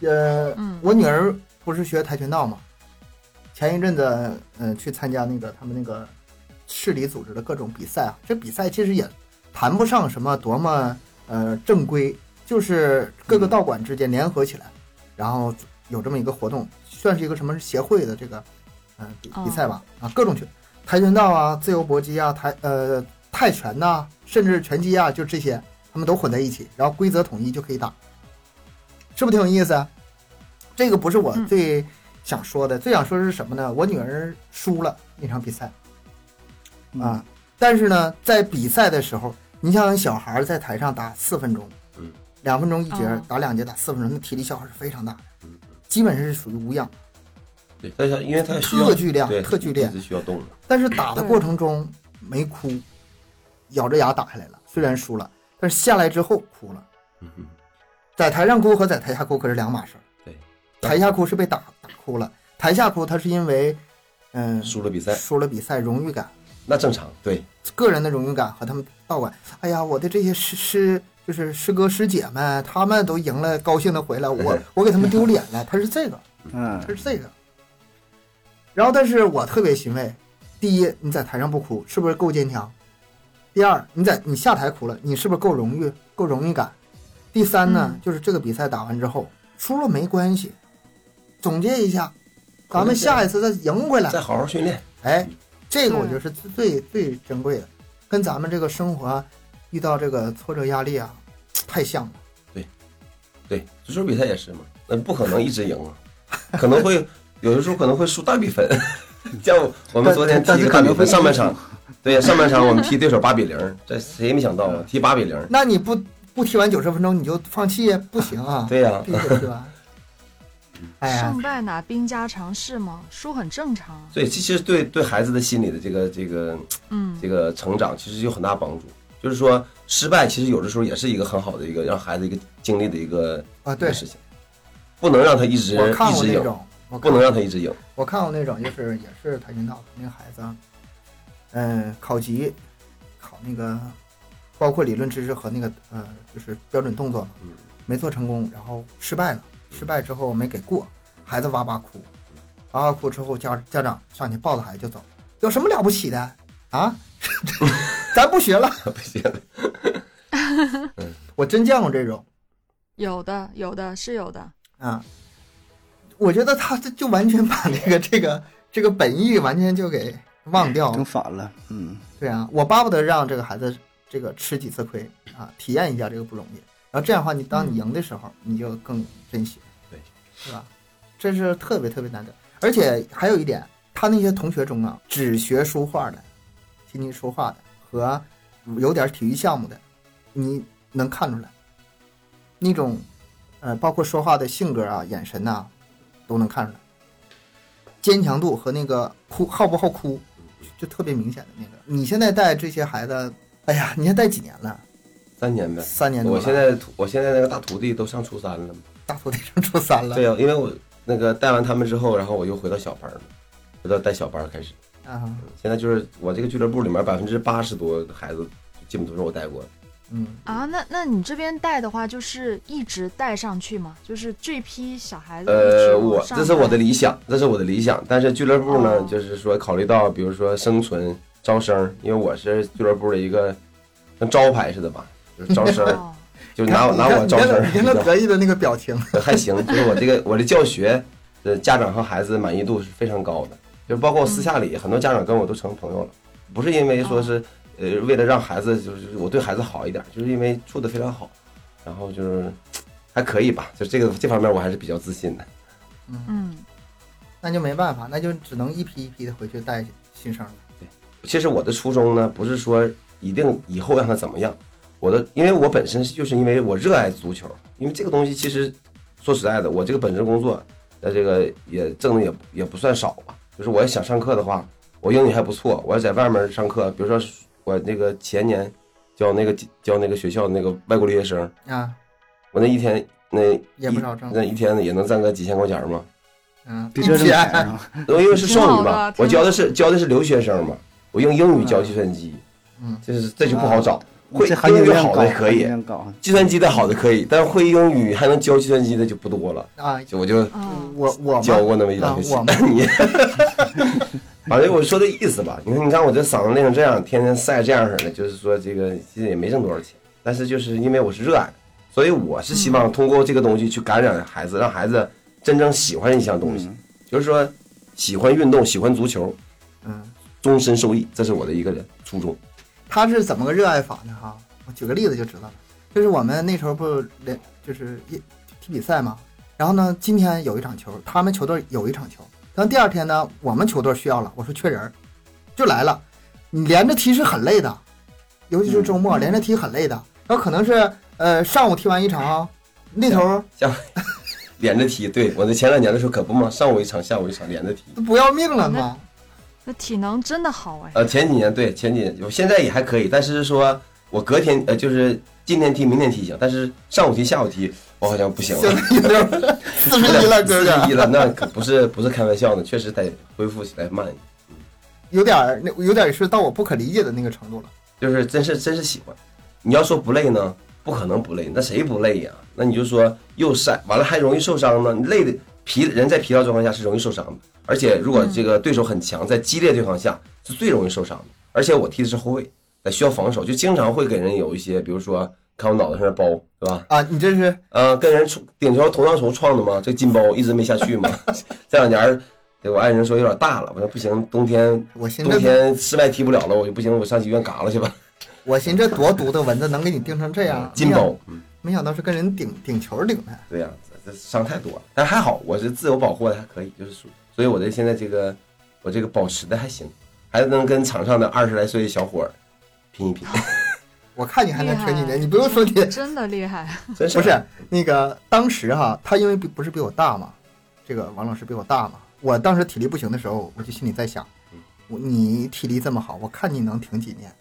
呃，
嗯
我女儿不是学跆拳道嘛，前一阵子嗯、呃去参加那个他们那个市里组织的各种比赛啊，这比赛其实也谈不上什么多么呃正规，就是各个道馆之间联合起来，然后有这么一个活动，算是一个什么协会的这个嗯、呃比比赛吧啊，各种拳跆拳道啊、自由搏击啊、跆呃泰拳呐、甚至拳击啊，就这些他们都混在一起，然后规则统一就可以打，是不是挺有意思啊？这个不是我
嗯
对想说的，最想说的是什么呢？我女儿输了那场比赛
嗯
嗯
啊，但是呢，在比赛的时候，你想想小孩在台上打四分钟，
嗯，
两分钟一节
哦，
打两节打四分钟，那体力消耗是非常大的
嗯，
基本上是属于无氧，
对，但是因为他需要
特剧量
对，
特剧啊
一
烈。
直需要动的。
但是打的过程中没哭，咬着牙打下来了，虽然输了，但是下来之后哭了。
嗯哼
在台上哭和在台下哭可是两码事儿。
对，
台下哭是被打打哭了，台下哭他是因为，嗯，
输了比赛，
输了比赛荣誉感，
那正常。对，
个人的荣誉感和他们道馆。哎呀，我的这些师师就是师哥师姐们，他们都赢了，高兴的回来，我我给他们丢脸了。他是这个，
嗯
他是这个。然后，但是我特别欣慰，第一，你在台上不哭，是不是够坚强？第二，你在你下台哭了，你是不是够荣誉、够荣誉感？第三呢，
嗯
就是这个比赛打完之后，输了没关系。总结一下，咱们下一次再赢回来
再。好好训练。
哎，这个我觉得是最最珍贵的，跟咱们这个生活啊遇到这个挫折压力啊太像了。
对，足球比赛也是嘛，那不可能一直赢啊，可能会有的时候可能会输大比分。 像我们昨天踢
但
一
是
个
可
大比
能会
分，上半场，对上半场我们踢对手八比零，这谁也没想到啊，踢八比零。
那你不不踢完九十分钟你就放弃不行啊，
对呀
必须得踢 完。哎呀
胜，败乃兵家常事嘛，输很正常啊。
对，其实对对孩子的心理的这个这个
嗯，
这个成长其实有很大帮助。就是说，失败其实有的时候也是一个很好的一个让孩子一个经历的一个
啊
一个
对，
事情，不能让他一直
我看
一
过
直
那
赢，
种，我
不
看
能让他一直赢。
我看过那种，就是也是跆拳道的那个孩子啊，嗯，考级考那个包括理论知识和那个呃就是标准动作嘛
嗯，
没做成功，然后失败了，失败之后没给过，孩子哇哇哭，哇哇哭之后家家长上去抱着孩子就走，有什么了不起的啊？ 咱不学了，
不行，
我真见过这种
有的有的是有的，
啊，我觉得他这就完全把那个这个这个本意完全就给忘掉了
整。反了，嗯，
对啊，我巴不得让这个孩子这个吃几次亏啊，体验一下这个不容易。然后这样的话，你当你赢的时候，你就更珍惜，
对，
是吧？这是特别特别难得。而且还有一点，他那些同学中啊，只学书画的、琴棋书画的和有点体育项目的，你能看出来那种，呃，包括说话的性格啊、眼神呐、都能看出来，坚强度和那个哭好不好哭，就特别明显的那个。你现在带这些孩子，哎呀，你现在带几年了？
三年呗。
三年多了。
我现在徒我现在那个大徒弟都上初三了嘛。
大徒弟上初三了。
对
啊
呀，因为我那个带完他们之后，然后我又回到小班儿了，回到带小班儿开始。
啊，
现在就是我这个俱乐部里面百分之八十多的孩子，基本都是我带过的。
嗯，
啊，那那你这边带的话，就是一直带上去嘛，就是这批小孩子一直
呃，
往
我
上带。
这是我的理想，这是我的理想。但是俱乐部呢
哦，
就是说考虑到比如说生存、招生，因为我是俱乐部的一个跟招牌似的吧，就是招生，
哦，
就拿我拿我招
你看
生
你。看他得意的那个表情，
还行，就是我这个我的教学，呃，家长和孩子满意度是非常高的，就是包括我私下里很多家长跟我都成朋友了，不是因为说是呃为了让孩子就是我对孩子好一点，就是因为处的非常好，然后就是还可以吧，就这个这方面我还是比较自信的。
嗯，
那就没办法，那就只能一批一批的回去带新生了。
其实我的初衷呢，不是说一定以后让他怎么样，我的，因为我本身是就是因为我热爱足球，因为这个东西其实说实在的，我这个本职工作，呃，这个也挣的也也不算少吧。就是我要想上课的话，我英语还不错，我要在外面上课，比如说我那个前年教那个教那个学校那个外国留学生，
啊，
我那一天那
也不少挣
那一天也能挣个几千块钱嘛。
嗯，
比这挣
哎
钱啊，
我因为是
挺
少
好
女
的
嘛
挺，
我教的是教的是留学生嘛，我用英语教计算机，
嗯，
就是这就不好找，会
嗯这含
英
金
语
量
好
高，
的可
含金
以，
量高，
计算机的好的可以，但是会英语还能教计算机的就不多了，
啊，
就我就
啊，
我我
教
们
过那么一两学期
哦啊我们。
你，反正我说的意思吧，你看，你看我这嗓子练成这样，天天晒这样式的，就是说这个其实也没挣多少钱，但是就是因为我是热爱，所以我是希望通过这个东西去感染孩子，让孩子真正喜欢一项东西，
嗯
就是说喜欢运动，喜欢足球，
嗯，
终身受益，这是我的一个初衷。
他是怎么个热爱法呢？哈，我举个例子就知道了，就是我们那时候不连就是一踢比赛嘛，然后呢，今天有一场球，他们球队有一场球，但第二天呢，我们球队需要了，我说缺人儿，就来了。你连着踢是很累的，尤其是周末、
嗯
连着踢很累的。然后可能是呃上午踢完一场，那头儿
连着踢。对，我那前两年的时候可不嘛，上午一场，下午一场，连着踢。
都不要命了吗？
那体能真的好哎，
呃，前几年对，前几年我现在也还可以，但是说我隔天呃就是今天踢，明天踢行，但是上午踢，下午踢，我好像不行
现
了。
在有点四十一了，哥
四十一
哥，
了，那可不是不是开玩笑的，确实得恢复起来慢，
有点儿那有点儿是到我不可理解的那个程度了。
就是真是真是喜欢。你要说不累呢，不可能不累，那谁不累呀？那你就说又晒，完了还容易受伤呢。你累的疲，人在疲劳状况下是容易受伤的，而且如果这个对手很强，在激烈对抗下是最容易受伤的。而且我踢的是后卫，那需要防守，就经常会给人有一些，比如说看我脑袋上的包，对吧？
啊，你这是
啊，跟人冲顶头同样头撞的嘛，这金包一直没下去嘛。这两年儿，对我爱人说有点大了，我说不行，冬天
我寻
冬
思
天室外踢不了了，我就不行，我上医院嘎了去吧。
我寻思多毒的蚊子能给你叮成这样，
金包，嗯，
没想到是跟人顶顶球顶的。
对呀、这这伤太多了，但还好我是自由保护的还可以，就是属，所以我的现在这个我这个保持的还行，还能跟场上的二十来岁的小伙儿拼一拼，
啊我看你还能挺几
厉害嗯
年，你不用 说你
真的厉害，
真是
不是啊那个当时哈，他因为比不是比我大嘛，这个王老师比我大嘛，我当时体力不行的时候，我就心里在想
嗯，
我你体力这么好，我看你能挺几年。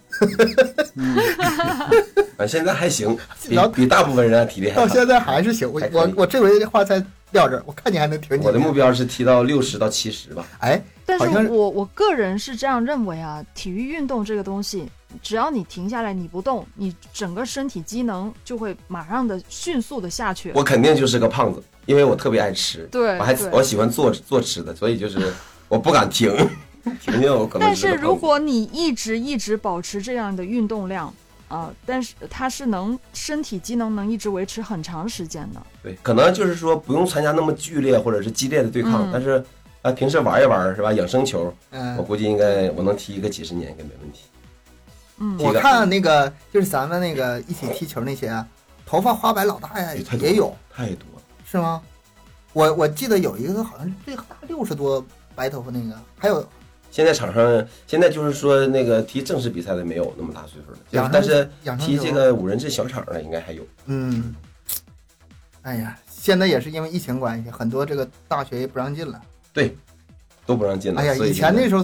啊，现在 还行，比
然后
比大部分人啊体力还
到
好。
现在还是行，我
还可以
我我这回的话才撂这儿，我看你还能挺几
我的目
年。
标是踢到六十到七十吧，
哎，
但
好像是
是我我个人是这样认为啊，体育运动这个东西，只要你停下来，你不动，你整个身体机能就会马上的迅速的下去。
我肯定就是个胖子，因为我特别爱吃。
对
我还
对
我喜欢做做吃的，所以就是 我不敢停， 停停我可能
但
个
是
胖子
如果你一直一直保持这样的运动量啊、但是它是能身体机能能一直维持很长时间的。
对，可能就是说不用参加那么剧烈或者是激烈的对抗，
嗯
但是啊，平时玩一玩是吧？养生球，
嗯、
我估计应该我能踢一个几十年应该没问题。
嗯
踢
我
个
看那个就是咱们那个一起踢球那些啊，头发花白老大呀
哎太多
也有
太多了，
是吗？我我记得有一个好像最大六十多白头发那个，还有
现在场上现在就是说那个踢正式比赛的没有那么大岁数了，就
养生
是但是
养生
踢
球
这个五人制小场的应该还有。
嗯，哎呀，现在也是因为疫情关系，很多这个大学也不让进了。
对，都不让进了。
哎呀，
所
以前
就
那
是
时候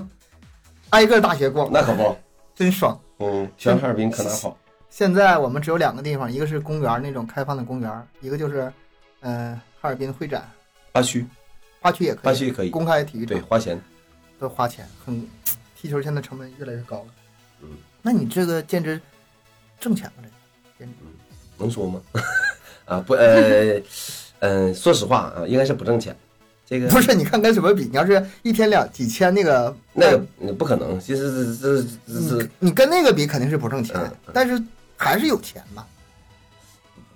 挨个大学逛，
那可不，
真爽。
嗯，小哈尔滨可拿好。
现在我们只有两个地方，一个是公园那种开放的公园，一个就是呃哈尔滨会展，
八区，
花区也可
八
以，
区也可以，
公开体育
对，
场
花钱。
都花钱，很踢球现在成本越来越高了。
嗯，
那你这个兼职挣钱吗？
能说吗？ 啊，不，呃，嗯、说实话啊，应该是不挣钱。这
这
个
个不是，你看跟什么比？你要是一天两几千那个，呃
那个嗯不可能，其实这这这这，
你你跟那个比肯定是不挣钱，
嗯嗯
但是还是有钱嘛。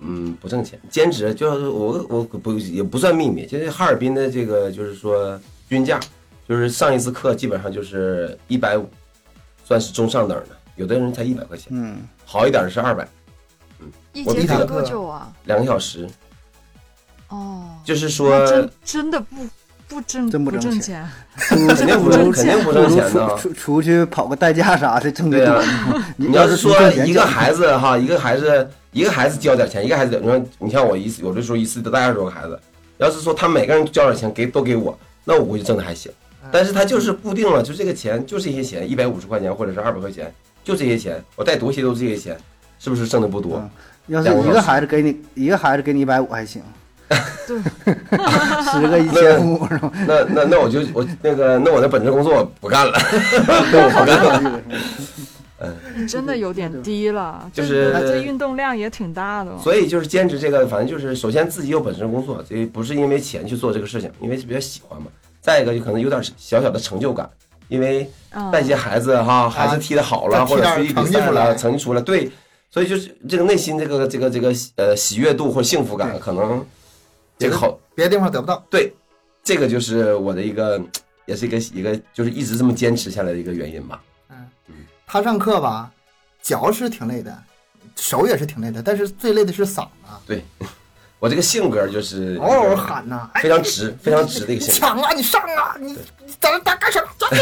嗯，不挣钱，兼职就是我我不也不算秘密，就是哈尔滨的这个就是说均价，就是上一次课基本上就是一百五，算是中上等的，有的人才一百块钱，
嗯，
好一点的是二百，
一
我
节
理解
课
了
多久啊？
两个小时，
哦，
就是
那
说
真真的不不挣
真不挣
挣
钱
钱，
肯定不挣，肯 定不挣钱的啊
出。出出去跑个代驾啥的挣
对啊
得
呀、
多。
你要是
是
说
挣钱
一个
挣
孩子哈，一个孩子一个孩子交点钱，一个孩子，你看你像我一次，有的时候一次带二十多个孩子，要是说他每个人交点钱给都给我，那我估计挣的还行。但是他就是固定了，就这个钱，就这些钱，一百五十块钱或者是二百块钱，就这些钱，我带多些都是这些钱，是不是挣的不
嗯
多？
要是一个孩子给你一个孩子给你一百五还行，
对，
十个一千五是吧？
那那那我就我那个那我的本职工作我不干了，那我不干了。
真的有点低了。
就
这
是
这这运动量也挺大的。
所以就是兼职这个，反正就是首先自己有本身工作，这不是因为钱去做这个事情，因为是比较喜欢嘛。再一个就可能有点小小的成就感，因为
嗯，
带一些孩子哈，孩子踢得好了，
啊
或者出去比
踢点成
赛
绩出
了，
来
成绩出来，对，所以就是这个内心这个这个这个呃喜悦度或幸福感，可能这个好，
别的地方得不到。
对，这个就是我的一个，也是一个一个就是一直这么坚持下来的一个原因吧。
嗯
嗯，
他上课吧，脚是挺累的，手也是挺累的，但是最累的是嗓子。
我这个性格就是
嗷嗷啊喊呐，哎
非常直，非常直的一
你
个性格。
抢啊，你上啊，你你在那干干什么？抓 紧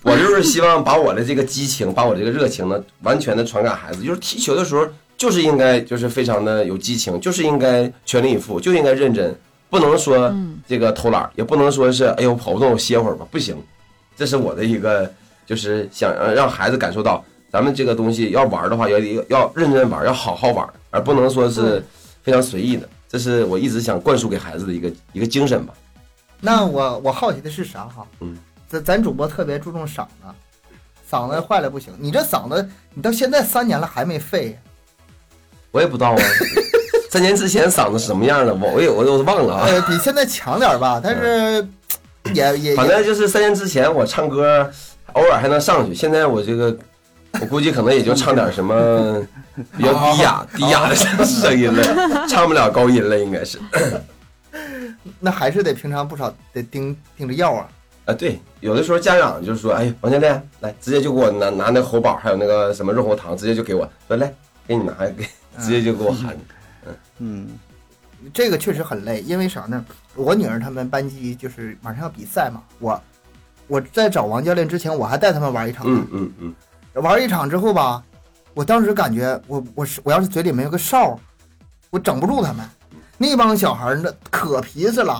我就是希望把我的这个激情，把我这个热情呢，完全的传给孩子。就是踢球的时候，就是应该就是非常的有激情，就是应该全力以赴，就应该认真，不能说这个偷懒儿，也不能说是哎呦跑不动，我歇会儿吧，不行。这是我的一个，就是想呃让让孩子感受到，咱们这个东西要玩儿的话，要要要认真玩儿，要好好玩儿，而不能说是非常随意的。这是我一直想灌输给孩子的一个一个精神吧。
那我我好奇的是啥哈？
嗯，
咱咱主播特别注重嗓子，嗓子坏了不行。你这嗓子，你到现在三年了还没废，啊
我也不知 道啊，三年之前嗓子是什么样的，我我也我都忘了啊。
呃，比现在强点儿吧，但是也也
反
也
正就是三年之前我唱歌，偶尔还能上去，现在我这个。我估计可能也就唱点什 么比较低哑、低哑的声音了，唱不了高音了，应该是。
那还是得平常不少得盯盯着药啊。
啊，对，有的时候家长就是说，哎，王教练，来，直接就给我拿拿那喉宝，还有那个什么润喉糖，直接就给我说来，给你拿，给直接就给我喊。
嗯，
这个确实很累，因为啥呢？我女儿她们班级就是马上要比赛嘛，我我在找王教练之前，我还带他们玩一场，
嗯嗯嗯，
玩一场之后吧，我当时感觉我我是我要是嘴里没有个哨，我整不住他们。那帮小孩儿那可皮实了，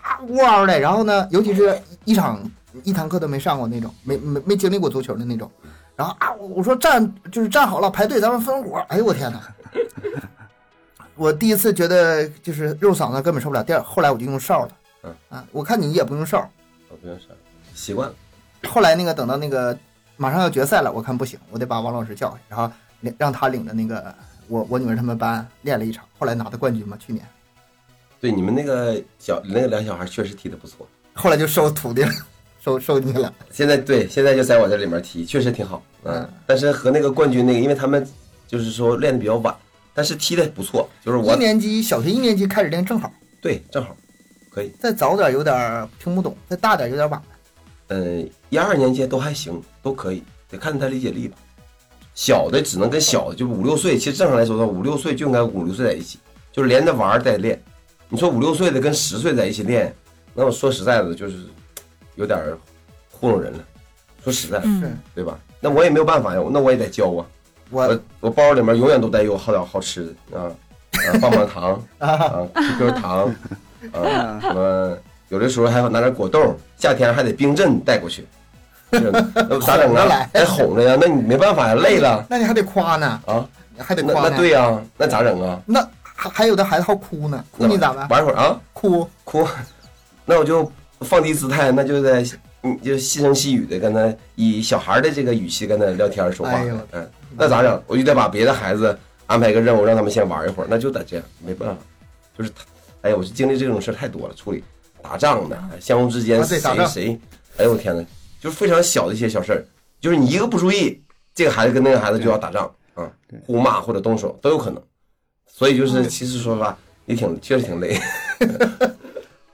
啊呜嗷的。然后呢，尤其是一场一堂课都没上过那种，没没没经历过足球的那种。然后啊，我我说站就是站好了排队，咱们分伙。哎呦我天哪！我第一次觉得就是肉嗓子根本受不了。第二，后来我就用哨了。
嗯
啊，我看你也不用哨。
我不用说，嗯习惯了。
后来那个等到那个马上要决赛了，我看不行，我得把王老师叫来，然后领让他领着那个我我女儿他们班练了一场，后来拿的冠军嘛，去年，
对，你们那个小那个两小孩确实踢得不错，
后来就收徒弟了， 收收你了，
现在对，现在就在我这里面踢，确实挺好。嗯，但是和那个冠军那个，因为他们就是说练的比较晚，但是踢的不错，就是
一
我
年级小学一年级开始练正好，
对正好可以。
再早点有点听不懂，再大点有点晚了。
嗯，一二年级都还行，都可以，得看他理解力吧。小的只能跟小的，就五六岁，其实正常来说的话，五六岁就应该五六岁在一起，就是连着玩儿带练。你说五六岁的跟十岁在一起练，那我说实在的，就是有点儿糊弄人了。说实在的，
是
嗯，
对吧？那我也没有办法呀，那我也得教啊。
我
我我包里面永远都带有好点好吃的啊，啊棒棒糖啊，QQ 糖啊，什么有的时候还要拿点果冻，夏天还得冰镇带过去，这那咋 整
哄着
啊
来？
还哄着呀？那你没办法呀，累了
那你还得夸呢，
啊，
你嗯还得
那
夸
那
呢。
对呀、那咋整啊？
那还还有的孩子好哭呢，哭
那
你咋办？
玩会儿啊，
哭，
哭， 那我就放低姿态，那就在嗯就细声细语的跟他以小孩的这个语气跟他聊天说话
哎呦，
嗯，那咋整？我就得把别的孩子安排一个任务，让他们先玩一会儿，那就得这样，没办法，就是他，哎呀，我是经历这种事儿太多了，处理打仗的，相互之间
啊对
谁
打仗
谁，哎呦我天呐，就是非常小的一些小事儿，就是你一个不注意，这个孩子跟那个孩子就要打仗啊
对，
互骂或者动手都有可能，所以就是
嗯
其实说实话，也挺确实 挺累。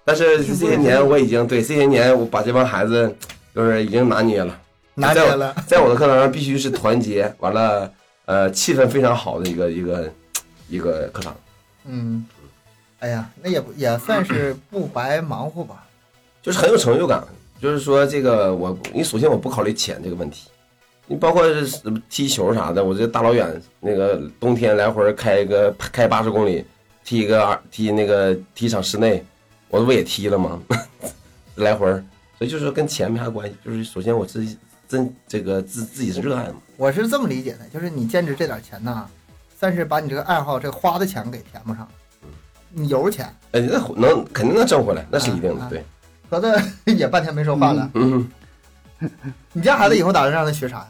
但是这些年我已经对这些年我把这帮孩子就是已经拿捏了，
拿捏了。
在我的课堂上必须是团结，完了呃气氛非常好的一个一个一个课堂。
嗯，哎呀，那也不也算是不白忙活吧。
就是很有成就感。就是说，这个我，你首先我不考虑钱这个问题，你包括是踢球啥的，我这大老远那个冬天来回开一个开八十公里，踢一个二踢那个踢一场室内，我这不也踢了吗？ 来回儿，所以就是说跟钱没啥关系，就是首先我自己真这个自自己是热爱嘛，
我是这么理解的，就是你兼职这点钱呐，算是把你这个爱好这个花的钱给填补上，你油钱
哎，那能肯定能挣回来，那是一定的，对，
合着 也半天没说话了。
嗯，
你家孩子以后打算让他学啥呀？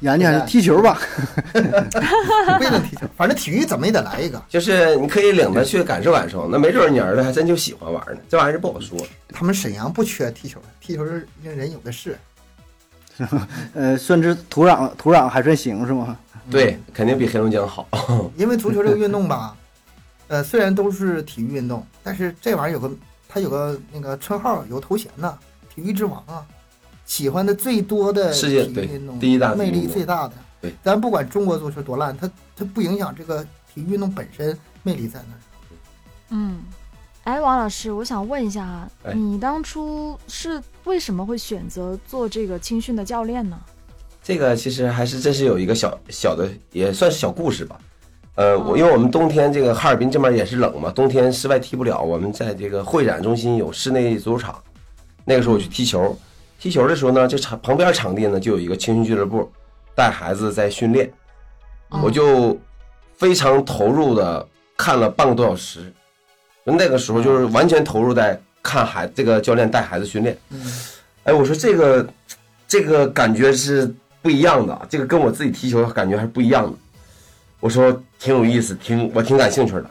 研究研究踢球吧，
不一定踢球，反正体育怎么也得来一个。
就是你可以领他去感受感受，那没准儿你儿子还真就喜欢玩呢，这玩意儿不好说，
他们沈阳不缺踢球的，踢球是人有的是。
呃，算是土壤土壤还算行是吗？
嗯
对，肯定比黑龙江好。
因为足球这个运动吧， 呃，虽然都是体育运动，但是这玩意儿有个它有个那个称号，有头衔呐，体育之王啊，喜欢的最多的
世界
体
对
育运动，
第一大体育
魅力
运动
最大的。
对，
咱不管中国足球多烂，它它不影响这个体育运动本身魅力在那儿。
嗯，哎，王老师，我想问一下啊，
哎
你当初是为什么会选择做这个青训的教练呢？
这个其实还是真是有一个小小的，也算是小故事吧。呃，
哦
我因为我们冬天这个哈尔滨这边也是冷嘛，冬天室外踢不了，我们在这个会展中心有室内足球场。那个时候我去踢球，踢球的时候呢，这场旁边场地呢就有一个青训俱乐部，带孩子在训练，
哦
我就非常投入的看了半个多小时。那个时候
嗯
就是完全投入在看孩这个教练带孩子训练。
嗯
哎，我说这个这个感觉是不一样的啊，这个跟我自己踢球感觉还是不一样的。我说挺有意思，挺我挺感兴趣的。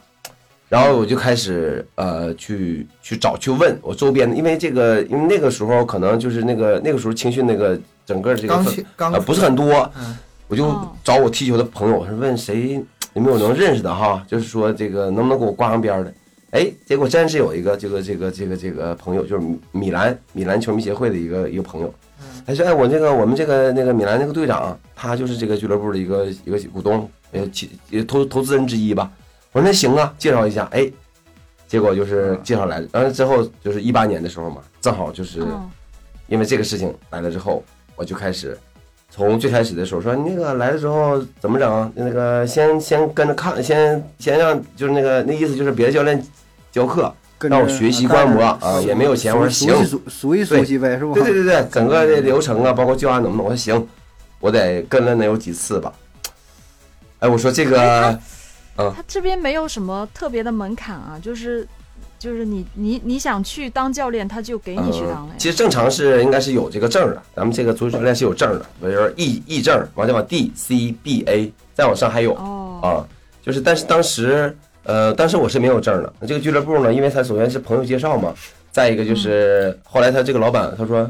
然后我就开始呃去去找去问我周边的，因为这个因为那个时候可能就是那个那个时候情绪那个整个这个
刚
氛
去刚
呃不是很多，
嗯
我就
哦
找我踢球的朋友，我说问谁有没有能认识的哈，就是说这个能不能给我挂上边儿的。哎，结果真是有一个这个这个这个这个朋友，就是米米兰米兰球迷协会的一个一个朋友，他说哎我这个我们这个那个米兰那个队长，啊他就是这个俱乐部的一个一个股东，呃其也投投资人之一吧。我说那行啊，介绍一下。哎，结果就是介绍来，完了之后就是一八年的时候嘛，正好就是。
嗯
因为这个事情来了之后，我就开始从最开始的时候说那个来了之后怎么整啊？那个先先跟着看，先先让就是那个那意思就是别的教练教课，
跟着
让我学习观摩
看着
啊，也没有钱。我说
熟
行，
悉熟熟悉熟悉呗，是吧？
对对对对， 整个这流程啊，包括教案怎么弄，我说行，我得跟了能有几次吧。哎，我说这个
他这边没有什么特别的门槛啊，就是就是你你你想去当教练，他就给你去当了哎呀。
其实正常是应该是有这个证儿的，咱们这个足球教练是有证儿的，比如说 E E 证儿，完再往 D C B A，再往上还有。
哦，
啊，就是但是当时呃，当时我是没有证儿的。这个俱乐部呢，因为他首先是朋友介绍嘛，再一个
嗯
就是后来他这个老板他说，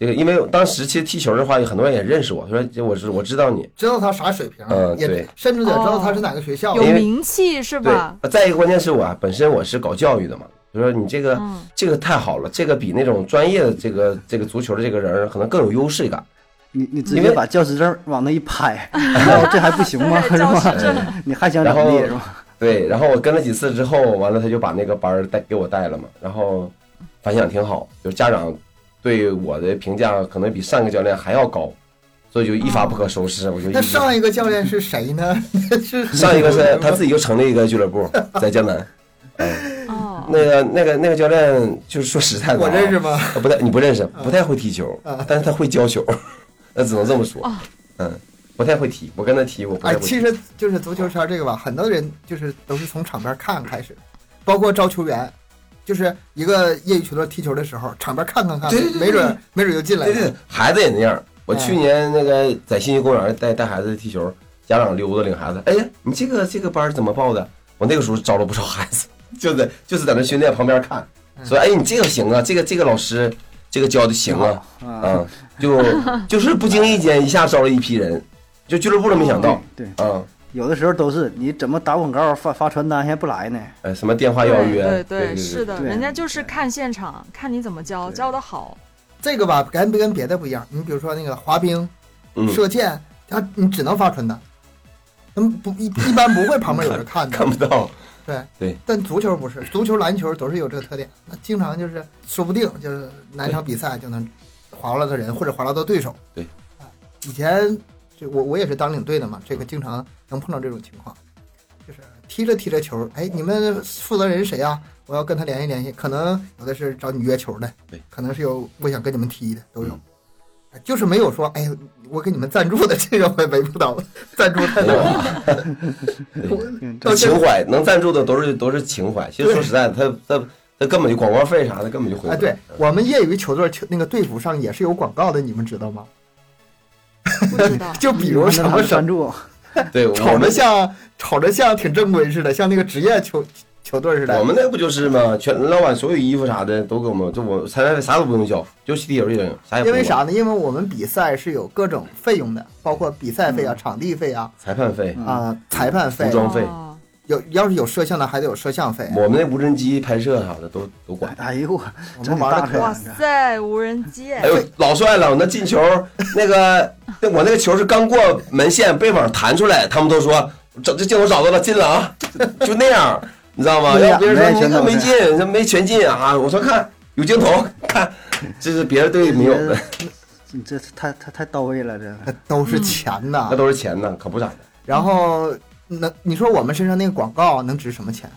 这个因为当时其实踢球的话，有很多人也认识我，他说我是我知道你，
知道他啥水平，
嗯
也
对哦
甚至得知道他是哪个学校
有
的。
啊因为
名气是
对
吧？，
再一个关键是我啊本身我是搞教育的嘛，就说你这个、
嗯
这个太好了，这个比那种专业的这个这个足球的这个人儿可能更有优势感。
你你直
因
接
为
把教师证往那一拍，然后这还不行吗？
对
是
教师
吧？
证
你还想怎么地是吧？
对，然后我跟了几次之后，完了他就把那个班儿带给我带了嘛，然后反响挺好，就家长对我的评价可能比上个教练还要高，所以就一发不可收拾。我就一
那
直
上一个教练是谁呢？ 是
上一个是他自己就成立一个俱乐部，在江南。
哦，
那个那个那个教练，就是说实在的、啊，
我认识吗？
呃不太你不认识，不太会踢球，
啊
但是他会教球，那只能这么说。
哦
嗯，不太会踢，我跟他踢，我不太
哎，
会踢。
其实就是足球圈这个吧，很多人就是都是从场边看开始，包括招球员，就是一个业余球队踢球的时候，场边看看看，
对对对
没准没准就进来
对对，
了。
对孩子也那样。我
嗯
哎
去年那个在新息公园带带孩子踢球，家长溜达领孩子，哎呀，你这个这个班儿怎么报的？我那个时候招了不少孩子，就在就是在那训练旁边看，
嗯
说哎你这个行啊，这个这个老师这个教的行啊，
啊，
嗯， 就就是不经意间一下招了一批人，就俱乐部都没想到，
对，
嗯，
有的时候都是你怎么打广告发发传单还不来呢？
呃什么电话
对
邀约，
对
对
是的，
对
人家就是看现场，看你怎么教，教的 好。
这个吧，跟跟别的不一样。你比如说那个滑冰、
嗯，
射箭，他你只能发传单，嗯，不一一般不会旁边有人看的。
看不到，
对
对，
但足球不是，足球、篮球都是有这个特点。那经常就是说不定就是哪场比赛就能划拉到人或者划拉到对手。
对
啊，以前这我我也是当领队的嘛，这个经常能碰到这种情况，就是踢着踢着球，哎，你们负责人谁呀、我要跟他联系联系。可能有的是找你约球的，
对，嗯
可能是有我想跟你们踢的都有。就是没有说，哎呀，我给你们赞助的这种没碰到，赞助 太多
哦
了。
嗯，这
到现在
情怀能赞助的都是都是情怀。其实说实在的，他他他根本就广告费啥的根本就回
哎，
不来。嗯
对我们业余球队球那个队服上也是有广告的，你们知道吗？
不知
啊
道
就比如什么什
赞
么，
助，
对，我
瞅着
们
像瞅着像挺正规似的，像那个职业球球队似的。
我们那不就是吗？全老板所有衣服啥的都给我们，就我参加费啥都不用交，就踢球就行，E 啥也不
因
用。
为啥？呢？因为我们比赛是有各种费用的，包括比赛费啊、
嗯
场地费啊、
裁判费，
嗯
啊、裁判费
服装
啊。
装费
哦
有要是有摄像的，还得有摄像费。
我们那无人机拍摄啥的都都管。
哎呦，
我
真
们玩
大啊
的
车
哇塞，无人机！
哎呦，老帅了！我那进球，那个那我那个球是刚过门线被网弹出来，他们都说找这镜头找到了，进了啊，就那样。你知道吗？
对呀
要别人说
没
你这
全都
没
是
进，这没全进啊！我说看有镜头，看这是别的队没有的，
你这太太太到位了，这
那都
嗯
是钱呐。
那都是钱呢，可不咋的，
然后那你说我们身上那个广告能值什么钱？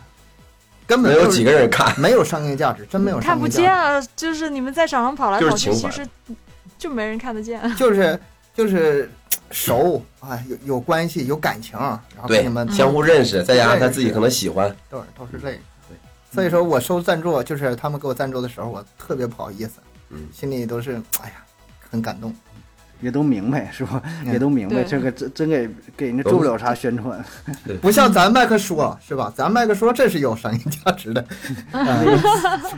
根
能
本
有
就是啊
几个人看？
没有商业价值，真没有
看
商
不
业
见
价
啊，就是你们在场上跑来
就是啊
跑去，
情
其
怀
实就没人看得见。
值，就是就是熟啊，有有关系，有感情，然后跟
对
你们，
相互认识，再加上
对
他自己可能喜欢，
都是都是这个。所以说我收赞助，就是他们给我赞助的时候，我特别不好意思，
嗯
心里都是哎呀，很感动。
也都明白是吧？也都明白
对
这个真真给给人家做不了啥宣传，
不像咱麦克说，是吧？咱麦克说这是有商业价值 的，哎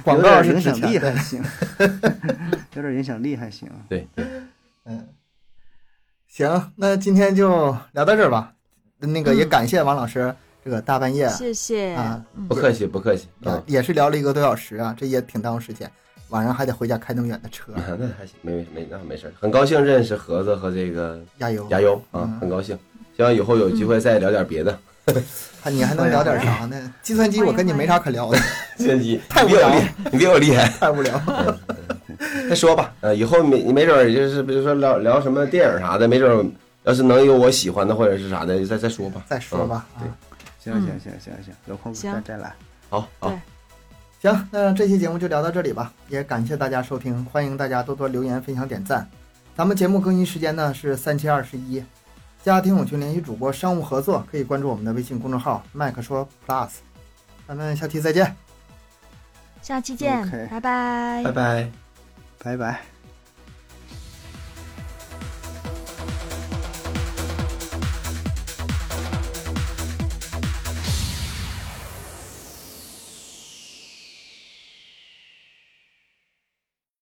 广
有
告
点
是
影
值
响
钱
力还
的。
行，有点影响力还行。
对对，
嗯，行，那今天就聊到这儿吧。那个也
嗯
感谢王老师，这个大半夜
谢谢，
啊
嗯
不客气不客气啊
嗯
也，也是聊了一个多小时啊，这也挺耽误时间。晚上还得回家开那么远的车，
啊
嗯
那还行，没没没那没事儿，很高兴认识盒子和这个
加油！
牙优
嗯
啊，很高兴，希望以后有机会再聊点别的。
看你还能聊点啥呢？计算机我跟你没啥可聊的，
这你
太无
你比
聊
我
了
厉害，你比我厉害。
太无聊了。
再说吧，呃，以后没没准儿就是比如说聊聊什么电影啥的，没准儿要是能有我喜欢的或者是啥的，再再说吧。
再说吧，啊
嗯对
行
嗯
行行行行，有空
行
再再来。
好好，
行，那这期节目就聊到这里吧，也感谢大家收听，欢迎大家多多留言、分享、点赞。咱们节目更新时间呢是三七二十一，加听友群联系主播商务合作，可以关注我们的微信公众号“麦克说 Plus”。咱们下期再见。
下期见
OK，
拜拜
拜拜。
拜拜。